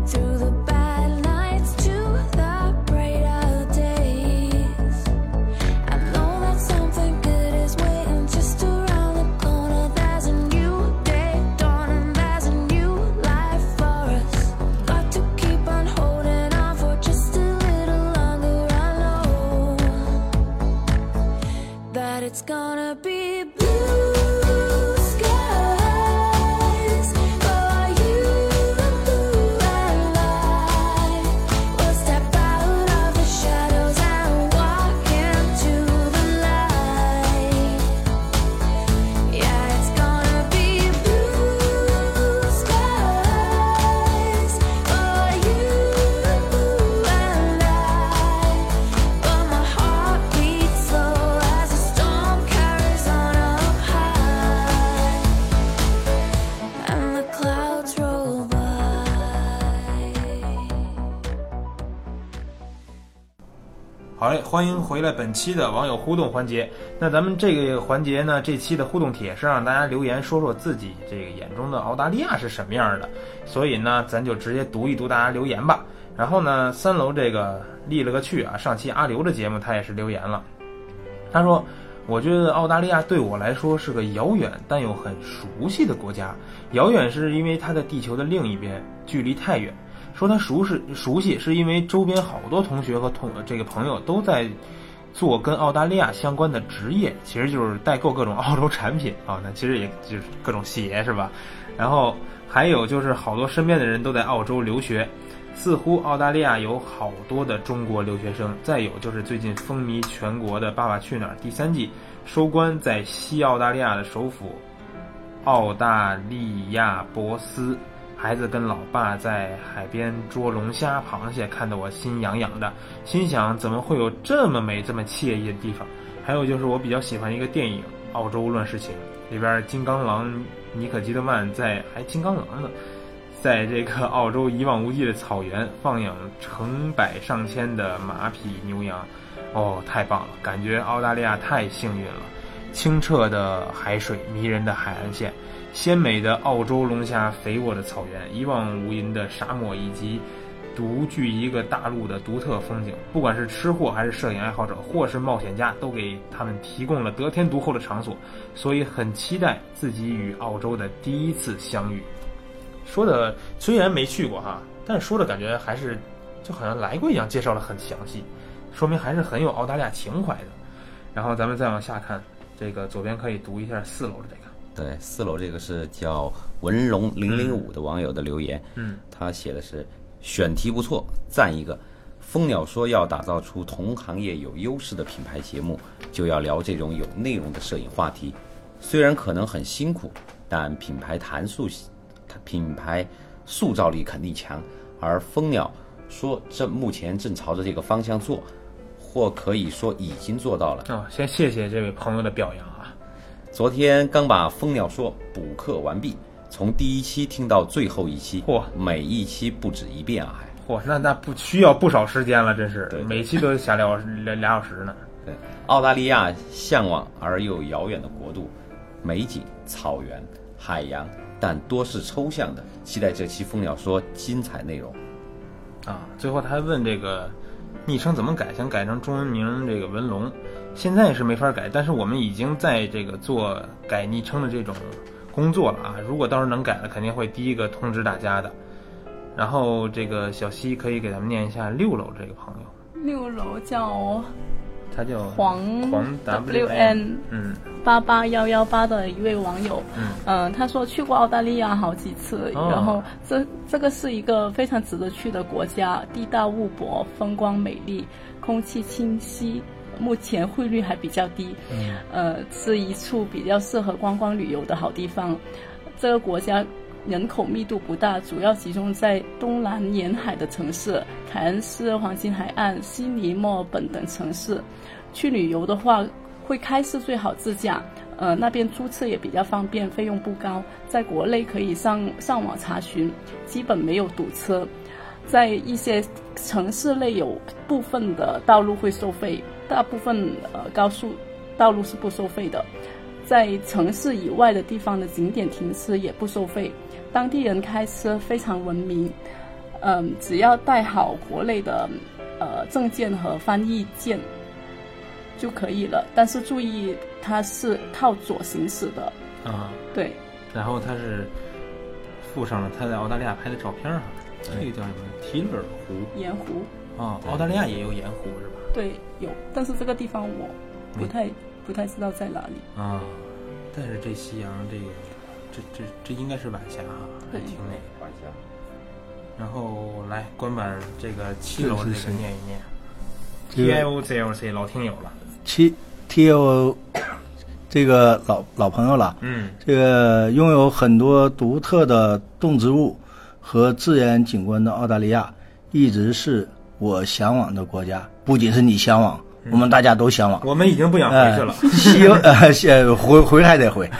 S7: through the bad nights to the brighter days. I know that something good is waiting just around the corner Oh, Oh,
S3: 好嘞，欢迎回来本期的网友互动环节。那咱们这个环节呢，这期的互动帖是让大家留言说说自己这个眼中的澳大利亚是什么样的。所以呢，咱就直接读一读大家留言吧。然后呢，三楼这个立了个去啊，上期阿刘的节目他也是留言了，他说：“我觉得澳大利亚对我来说是个遥远但又很熟悉的国家。遥远是因为它在地球的另一边，距离太远。说它熟是熟悉，是因为周边好多同学和同这个朋友都在做跟澳大利亚相关的职业，其实就是代购各种澳洲产品啊。那其实也就是各种鞋是吧？然后还有就是好多身边的人都在澳洲留学。”似乎澳大利亚有好多的中国留学生，再有就是最近风靡全国的《爸爸去哪儿》第三季，收官在西澳大利亚的首府澳大利亚博斯，孩子跟老爸在海边捉龙虾、螃蟹，看得我心痒痒的，心想怎么会有这么美、这么惬意的地方？还有就是我比较喜欢一个电影《澳洲乱世情》，里边金刚狼尼可基德曼在还金刚狼呢，在这个澳洲一望无际的草原放养成百上千的马匹、牛羊，哦，太棒了！感觉澳大利亚太幸运了。清澈的海水、迷人的海岸线、鲜美的澳洲龙虾、肥沃的草原、一望无垠的沙漠，以及独具一个大陆的独特风景。不管是吃货还是摄影爱好者，或是冒险家，都给他们提供了得天独厚的场所，所以很期待自己与澳洲的第一次相遇。说的虽然没去过哈，但是说的感觉还是就好像来过一样，介绍的很详细，说明还是很有澳大利亚情怀的。然后咱们再往下看，这个左边可以读一下四楼的这个，
S5: 对，四楼这个是叫文龙零零五的网友的留言，
S3: 嗯，
S5: 他写的是选题不错，赞一个。蜂鸟说要打造出同行业有优势的品牌节目，就要聊这种有内容的摄影话题。虽然可能很辛苦，但品牌弹塑品牌塑造力肯定强。而蜂鸟说正目前正朝着这个方向做，或可以说已经做到了。
S3: 啊、先谢谢这位朋友的表扬啊，
S5: 昨天刚把《蜂鸟说》补课完毕，从第一期听到最后一期，
S3: 嚯
S5: 每一期不止一遍啊，还
S3: 嚯，那那不需要不少时间了，真是
S5: 对对
S3: 每期都下聊俩俩小时呢。
S5: 对，澳大利亚向往而又遥远的国度，美景、草原、海洋，但多是抽象的。期待这期《蜂鸟说》精彩内容。
S3: 啊，最后他还问这个昵称怎么改，想改成中文名这个文龙，现在是没法改，但是我们已经在这个做改昵称的这种工作了啊，如果到时候能改了，肯定会第一个通知大家的。然后这个小西可以给咱们念一下六楼这个朋友，
S6: 六楼叫
S3: 他叫
S6: 黄
S3: 黄
S6: W N
S3: 嗯
S6: 八八幺幺八的一位网友，
S3: 嗯
S6: 呃，他说去过澳大利亚好几次，
S3: 哦
S6: 然后这这个是一个非常值得去的国家，地大物博，风光美丽，空气清晰，目前汇率还比较低，
S3: 嗯
S6: 呃，是一处比较适合观光旅游的好地方。这个国家人口密度不大，主要集中在东南沿海的城市，凯恩斯、黄金海岸、悉尼、墨尔本等城市。去旅游的话，会开是最好自驾。呃，那边租车也比较方便，费用不高。在国内可以上上网查询，基本没有堵车。在一些城市内有部分的道路会收费，大部分呃高速道路是不收费的。在城市以外的地方的景点停车也不收费，当地人开车非常文明。嗯，只要带好国内的呃证件和翻译件就可以了，但是注意它是靠左行驶的。
S3: 啊，
S6: 对，
S3: 然后他是附上了他在澳大利亚拍的照片哈，这个叫什么提勒尔湖
S6: 盐湖
S3: 啊，哎澳大利亚也有盐湖是吧？
S6: 对有，但是这个地方我不太、不太知道在哪里。
S3: 啊，但是这夕阳，这个，这这这应该是晚霞啊，还
S6: 对
S3: 挺美的。然后来官版这个七
S4: 是
S3: 楼这
S4: 是
S3: 个
S4: 是
S3: 念一念
S4: 这个
S3: T I O Z L C 老听友了，
S4: 七 T O 这个老老朋友了，
S3: 嗯
S4: 这个拥有很多独特的动植物和自然景观的澳大利亚，一直是我向往的国家。不仅是你向往，我们大家都向往。
S3: 嗯我们已经不想回去了。
S4: 呃、希呃希呃回回还得
S3: <laughs>
S4: 回，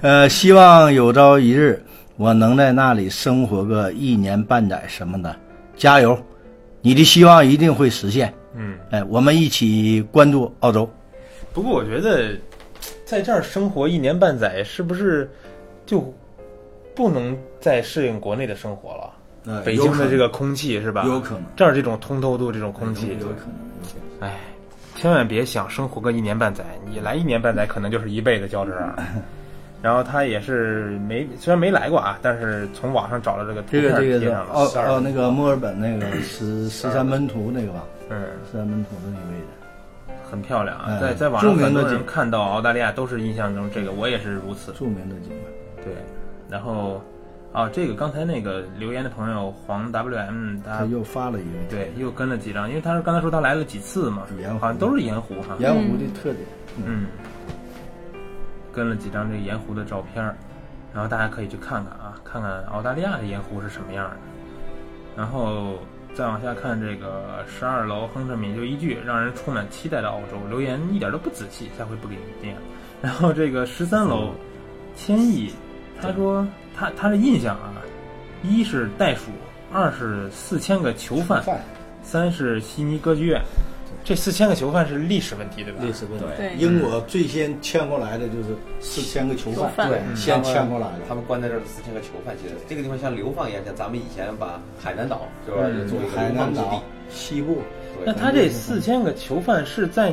S4: 呃，希望有朝一日我能在那里生活个一年半载什么的，加油，你的希望一定会实现。
S3: 嗯，
S4: 哎，我们一起关注澳洲。
S3: 不过我觉得在这儿生活一年半载，是不是就不能再适应国内的生活了？
S4: 呃
S3: 北京的这个空气是吧？
S4: 有可能
S3: 这儿这种通透度，这种空气，
S4: 有可能，
S3: 哎，千万别想生活个一年半载，你来一年半载，可能就是一辈子交这
S4: <laughs>
S3: 儿。啊然后他也是没，虽然没来过啊，但是从网上找了这个图
S4: 这
S3: 片
S4: 个这个
S3: 贴
S4: 是
S3: 上了
S4: 澳
S3: 12
S4: 哦澳那个墨尔本那个十十三门徒那个吧，
S3: 嗯，
S4: 十三门徒的那个位置，
S3: 很漂亮啊，
S4: 哎
S3: 在在网上
S4: 著名
S3: 很多
S4: 的景
S3: 人看到澳大利亚都是印象中这个，我也是如此。
S4: 著名的景观。
S3: 对，然后啊，这个刚才那个留言的朋友黄 WM
S4: 他
S3: 他
S4: 又发了一个
S3: 对又跟了几张，因为他是刚才说他来了几次嘛
S4: 盐，湖
S3: 好像都是盐湖哈，
S4: 盐湖的特点，
S3: 嗯，跟了几张这个盐湖的照片儿，然后大家可以去看看啊，看看澳大利亚的盐湖是什么样的。然后再往下看这个十二楼，亨特敏就一句让人充满期待的澳洲留言一点都不仔细，下回不给你念了。然后这个十三楼，千亿，他说他他的印象啊，一是袋鼠，二是四千个囚
S6: 嗯
S3: 犯，
S4: 饭
S3: 三是悉尼歌剧院。这四千个囚犯是历史问题对吧？
S4: 历史问题。
S6: 对
S4: 英国最先迁过来的就是四千个囚
S6: 囚犯
S4: 犯，
S5: 对，
S4: 先
S5: 他们
S4: 迁过来的
S5: 他。们关在这儿的四千个囚犯，其实这个地方像流放一样，像咱们以前把海南岛是吧，
S3: 嗯
S5: 就做一个
S4: 海
S5: 流放
S4: 南
S5: 之地
S4: 岛。西部，
S3: 那
S5: 对，
S3: 他这四千个囚犯是在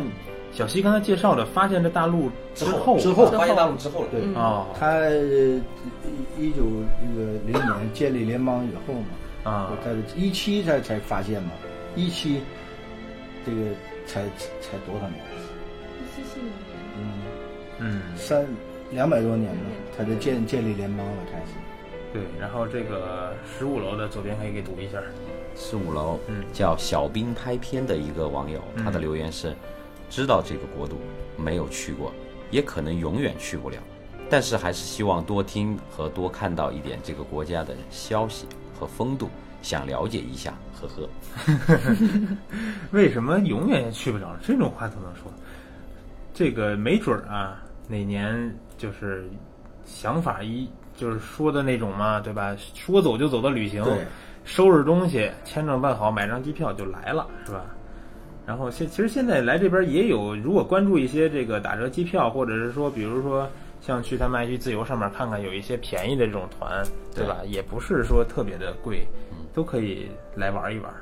S3: 小西刚才介绍的发现这大陆之后
S4: <laughs> 之后
S5: 发现大陆之后，
S4: 对，
S6: 嗯
S3: 哦
S4: 他一九这个零年建立联邦以后嘛，
S3: 啊
S4: 我在一七才才发现嘛，一七这个才才多少年？
S2: 谢谢你。
S4: 嗯，
S3: 嗯
S4: 三两百多年嘛，他就建建立联邦了开始。
S3: 对，然后这个十五楼的左边可以给读一下，
S5: 十五楼
S3: 嗯
S5: 叫小兵拍片的一个网友，他的留言是：知道这个国度，没有去过，也可能永远去不了，但是还是希望多听和多看到一点这个国家的消息和风度，想了解一下，呵呵。
S3: 为什么永远也去不了？这种话都能说，这个没准儿啊，哪年就是想法一就是说的那种嘛，对吧？说走就走的旅行，
S4: 对
S3: 收拾东西，签证办好，买张机票就来了，是吧？然后现其实现在来这边也有，如果关注一些这个打折机票，或者是说，比如说像去他们爱去自由上面看看，有一些便宜的这种团，对吧？也不是说特别的贵，都可以来玩一玩。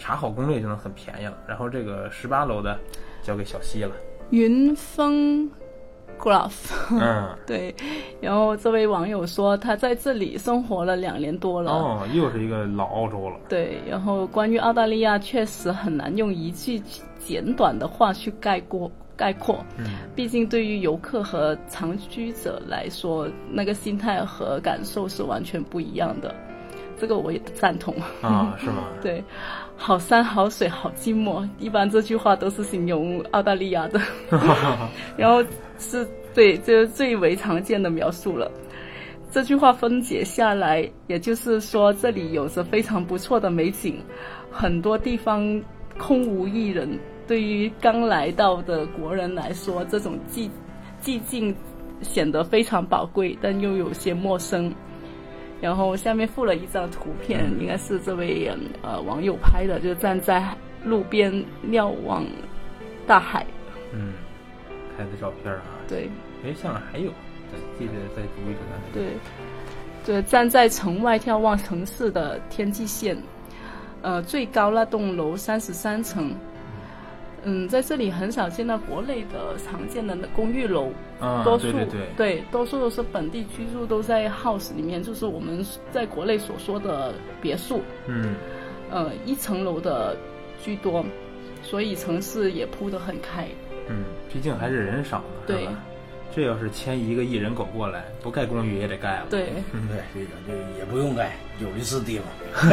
S3: 查好攻略就能很便宜了。然后这个十八楼的交给小西了，
S6: 云峰 graph。
S3: 嗯，
S6: <laughs> 对，然后这位网友说他在这里生活了两年多了。
S3: 哦，又是一个老澳洲了，
S6: 对，然后关于澳大利亚，确实很难用一句简短的话去概括概括。
S3: 嗯
S6: 毕竟对于游客和长居者来说，那个心态和感受是完全不一样的。这个我也赞同。
S3: 啊，是吗？
S6: 对，好山好水好寂寞，一般这句话都是形容澳大利亚的， <laughs> 然后是对，这是最为常见的描述了。这句话分解下来，也就是说，这里有着非常不错的美景，很多地方空无一人。对于刚来到的国人来说，这种寂寂静显得非常宝贵，但又有些陌生。然后下面附了一张图片，应该是这位嗯呃网友拍的，就站在路边瞭望大海。
S3: 嗯，拍的照片啊，
S6: 对
S3: 哎，像还有，记得再读一读咱
S6: 对对，站在城外眺望城市的天际线，呃，最高那栋楼三十三层。嗯，在这里很少见到国内的常见的公寓楼，
S3: 啊，
S6: 多数
S3: 对对对，
S6: 多数都是本地居住都在 house 里面，就是我们在国内所说的别墅。
S3: 嗯
S6: 呃一层楼的居多，所以城市也铺得很开。
S3: 嗯，毕竟还是人少嘛，是
S6: 对
S3: 吧？这要是牵一个艺人狗过来，不盖公寓也得盖了。，
S6: 对，
S4: 嗯对，这个这也不用盖，有的是地方。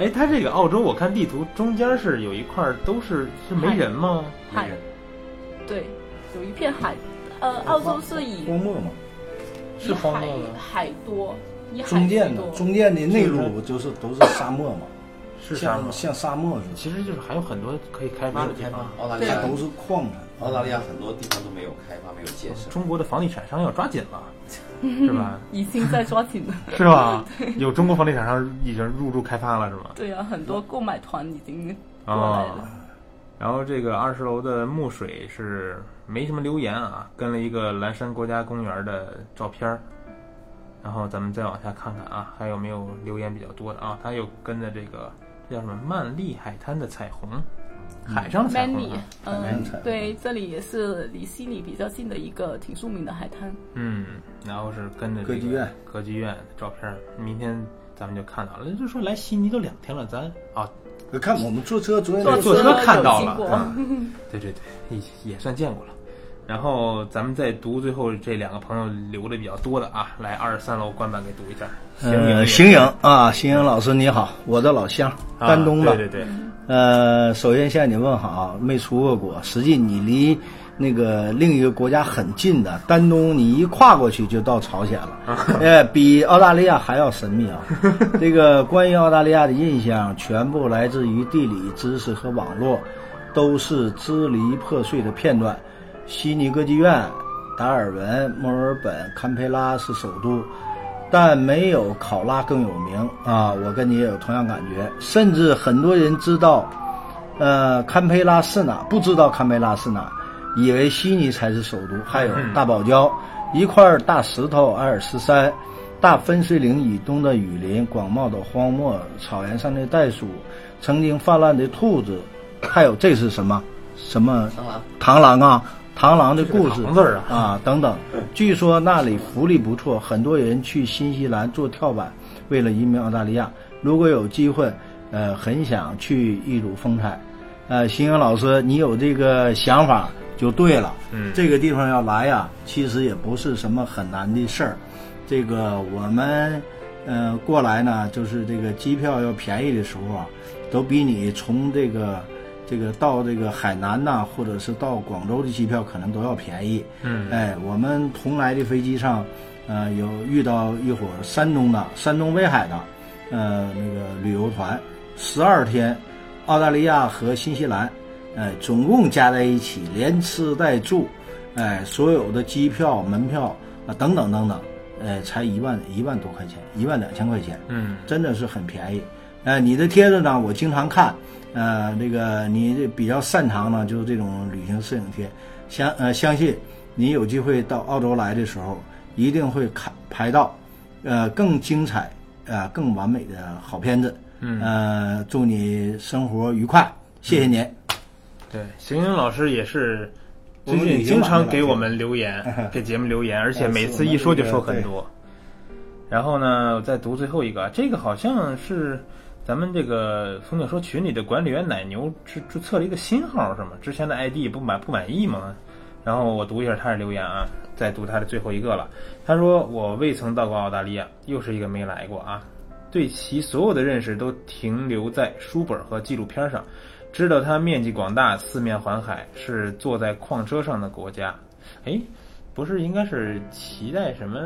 S3: 哎，它这个澳洲，我看地图中间是有一块儿都是是没人吗？
S6: 海，对，有一片海。呃，澳洲是以
S4: 荒漠嘛，
S6: 以
S3: 是荒
S6: 海
S3: 漠吗？
S6: 海多，以海
S4: 中间
S6: 居
S4: 的
S6: 多
S4: 中间的内陆就是都是沙漠嘛，
S3: 是沙
S4: 像
S3: 漠。
S4: 像沙漠似的。
S3: 其实就是还有很多可以开发的地方。
S5: 啊澳大利
S6: 对
S5: 亚
S4: 它都是矿产。
S5: 澳大利亚很多地方都没有开发，没有建设。
S3: 中国的房地产商要抓紧了，是吧？
S6: 已经在抓紧了。
S3: 是吧？有中国房地产商已经入驻开发了，是吗？
S6: 对啊，很多购买团已经过来的。
S3: 然后这个二十楼的木水是没什么留言啊，跟了一个蓝山国家公园的照片儿。然后咱们再往下看看啊，还有没有留言比较多的啊？他又跟着这个这叫什么曼丽海滩的彩虹，海上彩虹
S6: Manly，
S3: 啊、
S4: 蛮
S6: 嗯
S4: 惨的，
S6: 对，这里也是离悉尼比较近的一个挺著名的海滩。
S3: 嗯，然后是跟着这个
S4: 歌剧院
S3: 歌剧院的照片儿。明天咱们就看到了，就说来悉尼都两天了，咱啊
S4: 我呃看我们坐车昨天
S6: 坐
S3: 坐
S6: 车
S3: 车看到
S6: 有
S3: 了
S6: 经，过
S3: 啊，
S4: 嗯
S6: <laughs>
S3: 对对对，也也算见过了。然后咱们再读最后这两个朋友留的比较多的啊，来二十三楼官版给读一下。行啊
S4: 呃，邢颖啊，邢颖老师你好，我的老乡，丹东的。
S3: 对对对，
S4: 呃，首先向你问好，没出过国，实际你离那个另一个国家很近的，丹东你一跨过去就到朝鲜了， <laughs> 哎，比澳大利亚还要神秘啊！这个关于澳大利亚的印象，全部来自于地理知识和网络，都是支离破碎的片段。悉尼歌剧院、达尔文、墨尔本、堪培拉是首都，但没有考拉更有名啊！我跟你也有同样感觉，甚至很多人知道，呃，堪培拉是哪，不知道堪培拉是哪，以为悉尼才是首都。还有大堡礁，一块大石头，阿尔十三，大分水岭以东的雨林，广袤的荒漠，草原上的袋鼠，曾经泛滥的兔子，还有这是什么？什么
S5: 当然，
S4: 螳螂啊，螳螂的故
S3: 这 <laughs>
S4: 事
S3: 个螳字儿啊
S4: 等等。据说那里福利不错，很多人去新西兰做跳板，为了移民澳大利亚。如果有机会，呃，很想去一睹风采。呃，新英老师，你有这个想法就对了。
S3: 嗯
S4: 这个地方要来呀，其实也不是什么很难的事儿。这个我们呃过来呢，就是这个机票要便宜的时候啊，都比你从这个这个到这个海南呐、或者是到广州的机票可能都要便宜。
S3: 嗯
S4: 哎，我们同来的飞机上，呃，有遇到一伙山东的山东威海的，呃，那个旅游团，十二天，澳大利亚和新西兰，哎，总共加在一起，连吃带住，哎，所有的机票、门票啊等等等等，哎，才一万一万多块钱，一万两千块钱，
S3: 嗯
S4: 真的是很便宜。呃，你的帖子呢，我经常看。呃，那个你这比较擅长呢，就是这种旅行摄影贴。相呃，相信你有机会到澳洲来的时候，一定会看拍到，呃，更精彩、呃，更完美的好片子。
S3: 嗯
S4: 呃，祝你生活愉快，谢谢您。
S3: 嗯对，邢英老师也是
S4: 我
S3: 最
S4: 们
S3: 近
S4: 旅行
S3: 经
S4: 网
S3: 常
S4: 的
S3: 给
S4: 老师
S3: 我们留
S4: <laughs>
S3: 言，给节目留言，而且
S4: 哎
S3: 每
S4: 是我
S3: 次一
S4: 们
S3: 说
S4: 那
S3: 就
S4: 个
S3: 说很
S4: 对
S3: 多。然后呢，我再读最后一个，啊这个好像是咱们这个风鸟说群里的管理员奶牛注注册了一个新号是吗？之前的 ID 不满不满意吗？然后我读一下他的留言啊，再读他的最后一个了。他说：“我未曾到过澳大利亚，又是一个没来过啊。对其所有的认识都停留在书本和纪录片上，知道它面积广大，四面环海，是坐在矿车上的国家。哎，不是应该是骑在什么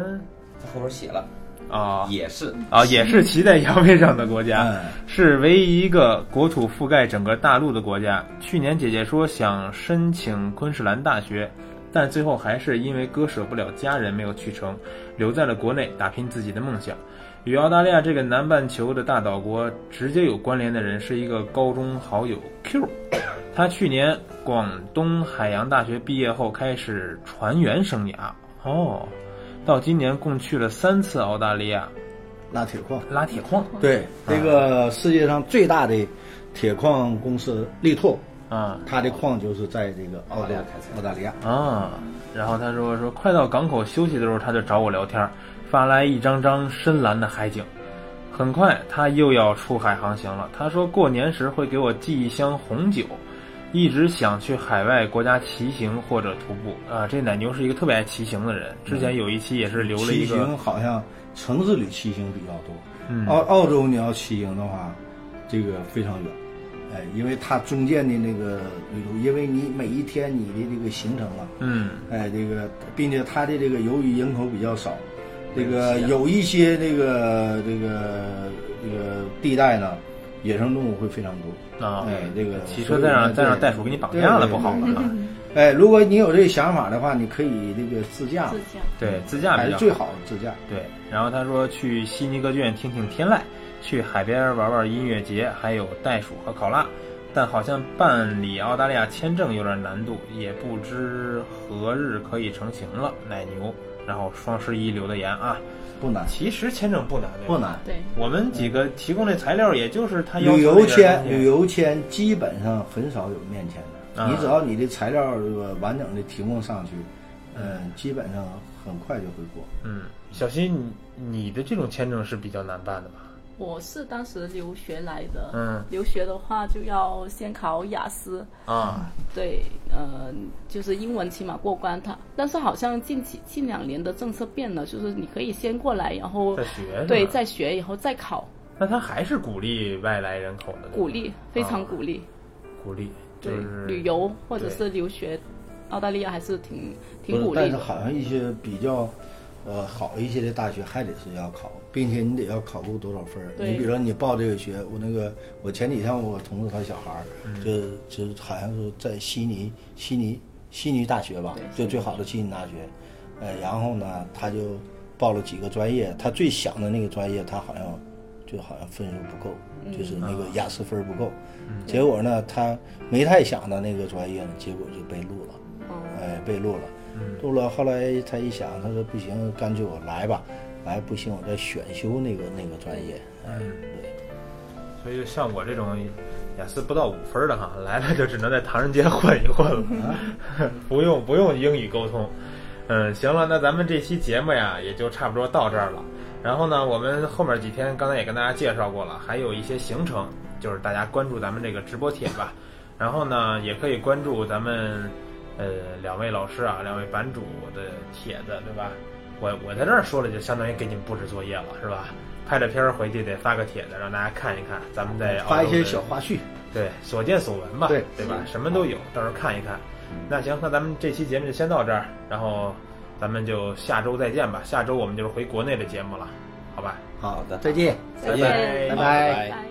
S5: 他后边写了，
S3: 啊？
S5: 也是
S3: 啊，也是骑在摇背上的国家，
S4: 嗯
S3: 是唯一一个国土覆盖整个大陆的国家。去年姐姐说想申请昆士兰大学，但最后还是因为割舍不了家人没有去成，留在了国内打拼自己的梦想。与澳大利亚这个南半球的大岛国直接有关联的人是一个高中好友 Q，他去年广东海洋大学毕业后开始船员生涯哦，到今年共去了三次澳大利亚，
S4: 拉铁矿，
S3: 拉铁矿
S4: 对，这个世界上最大的铁矿公司力拓，
S3: 啊
S4: 它的矿就是在这个澳洲澳大利亚。
S3: 啊！然后他说说快到港口休息的时候，他就找我聊天儿，发来一张张深蓝的海景。很快他又要出海航行了。他说过年时会给我寄一箱红酒，一直想去海外国家骑行或者徒步啊。这奶牛是一个特别爱骑行的人，之前有一期也是留了一
S4: 嗯骑
S3: 个
S4: 行好像城市里骑行比较多。
S3: 嗯
S4: 澳澳洲你要骑行的话，这个非常远，哎，因为它中间的那个旅途，因为你每一天你的这个行程啊，
S3: 嗯
S4: 哎，这个并且它的这个由于人口比较少，这个有一些这个这个这个地带呢，野生动物会非常多。
S3: 啊
S4: 哎，这个
S3: 骑车再让再让袋鼠给你绑架了不好了
S4: 对对对
S3: 啊。
S4: 哎，如果你有这个想法的话，你可以这个自驾
S2: 自，驾。
S3: 对，自驾比
S4: 还是
S3: 较
S4: 最好的自驾。
S3: 对，然后他说去悉尼歌剧院听听天籁，去海边玩玩音乐节，还有袋鼠和考拉。但好像办理澳大利亚签证有点难度，也不知何日可以成型了。奶牛，然后双十一留的言啊，
S4: 不难，
S3: 其实签证不难，对吧
S4: 不。难。
S6: 对，
S3: 我们几个提供这材料，也就是他要
S4: 旅
S3: 求的
S4: 游
S3: 一点东
S4: 签，
S3: 西啊
S4: 旅游签基本上很少有面签的，
S3: 啊
S4: 你只要你的材料呃完整的提供上去，嗯，基本上很快就回国。
S3: 嗯，小新，你你的这种签证是比较难办的吧？
S6: 我是当时留学来的，
S3: 嗯
S6: 留学的话就要先考雅思，
S3: 啊，
S6: 对，呃，就是英文起码过关它，但是好像近期近两年的政策变了，就是你可以先过来，然后
S3: 在学是吧
S6: 对，再学，然后再考，
S3: 那他还是鼓励外来人口的，对吧
S6: 鼓励，非常鼓励，
S3: 鼓励，啊就
S6: 对，
S3: 是
S6: 旅游或者
S3: 对
S6: 是留学，澳大利亚还是挺
S4: 不
S6: 挺
S4: 是
S6: 鼓励
S4: 但是
S6: 的，
S4: 好像一些比较，呃，好一些的大学还得是要考，并且你得要考够多少分儿。
S6: 对
S4: 你比如说你报这个学，我那个我前几天我同事他小孩儿，就就好像是在悉尼悉尼悉尼大学吧，就最好的悉尼大学，呃，然后呢他就报了几个专业，他最想的那个专业他好像就好像分数不够，就是那个雅思分儿不够，结果呢他没太想的那个专业呢，结果就被录了。哎，被录了，录了。后来他一想，他说不行，干脆我来吧，来不行我再选修那个那个专业。哎，对，
S3: 所以就像我这种雅思不到五分的哈，来了就只能在唐人街 <laughs> 混一混了，
S4: 嗯
S3: <laughs> 不用不用英语沟通。嗯，行了，那咱们这期节目呀，也就差不多到这儿了。然后呢，我们后面几天刚才也跟大家介绍过了，还有一些行程，就是大家关注咱们这个直播帖吧。然后呢，也可以关注咱们呃两位老师啊，两位版主的帖子，对吧？我我在这儿说了，就相当于给你们布置作业了，是吧？拍着片儿回去得发个帖子，让大家看一看，咱们在
S4: 发
S3: 澳
S4: 一
S3: 洲
S4: 些
S3: 的
S4: 小花絮。
S3: 对所见所闻吧，
S4: 对
S3: 吧？什么都有，到时候看一看。那行，那咱们这期节目就先到这儿，然后咱们就下周再见吧。下周我们就是回国内的节目了，好吧？
S4: 好的，再见，
S3: 拜拜
S4: 拜
S6: 哎拜
S4: 哎拜。
S6: 拜。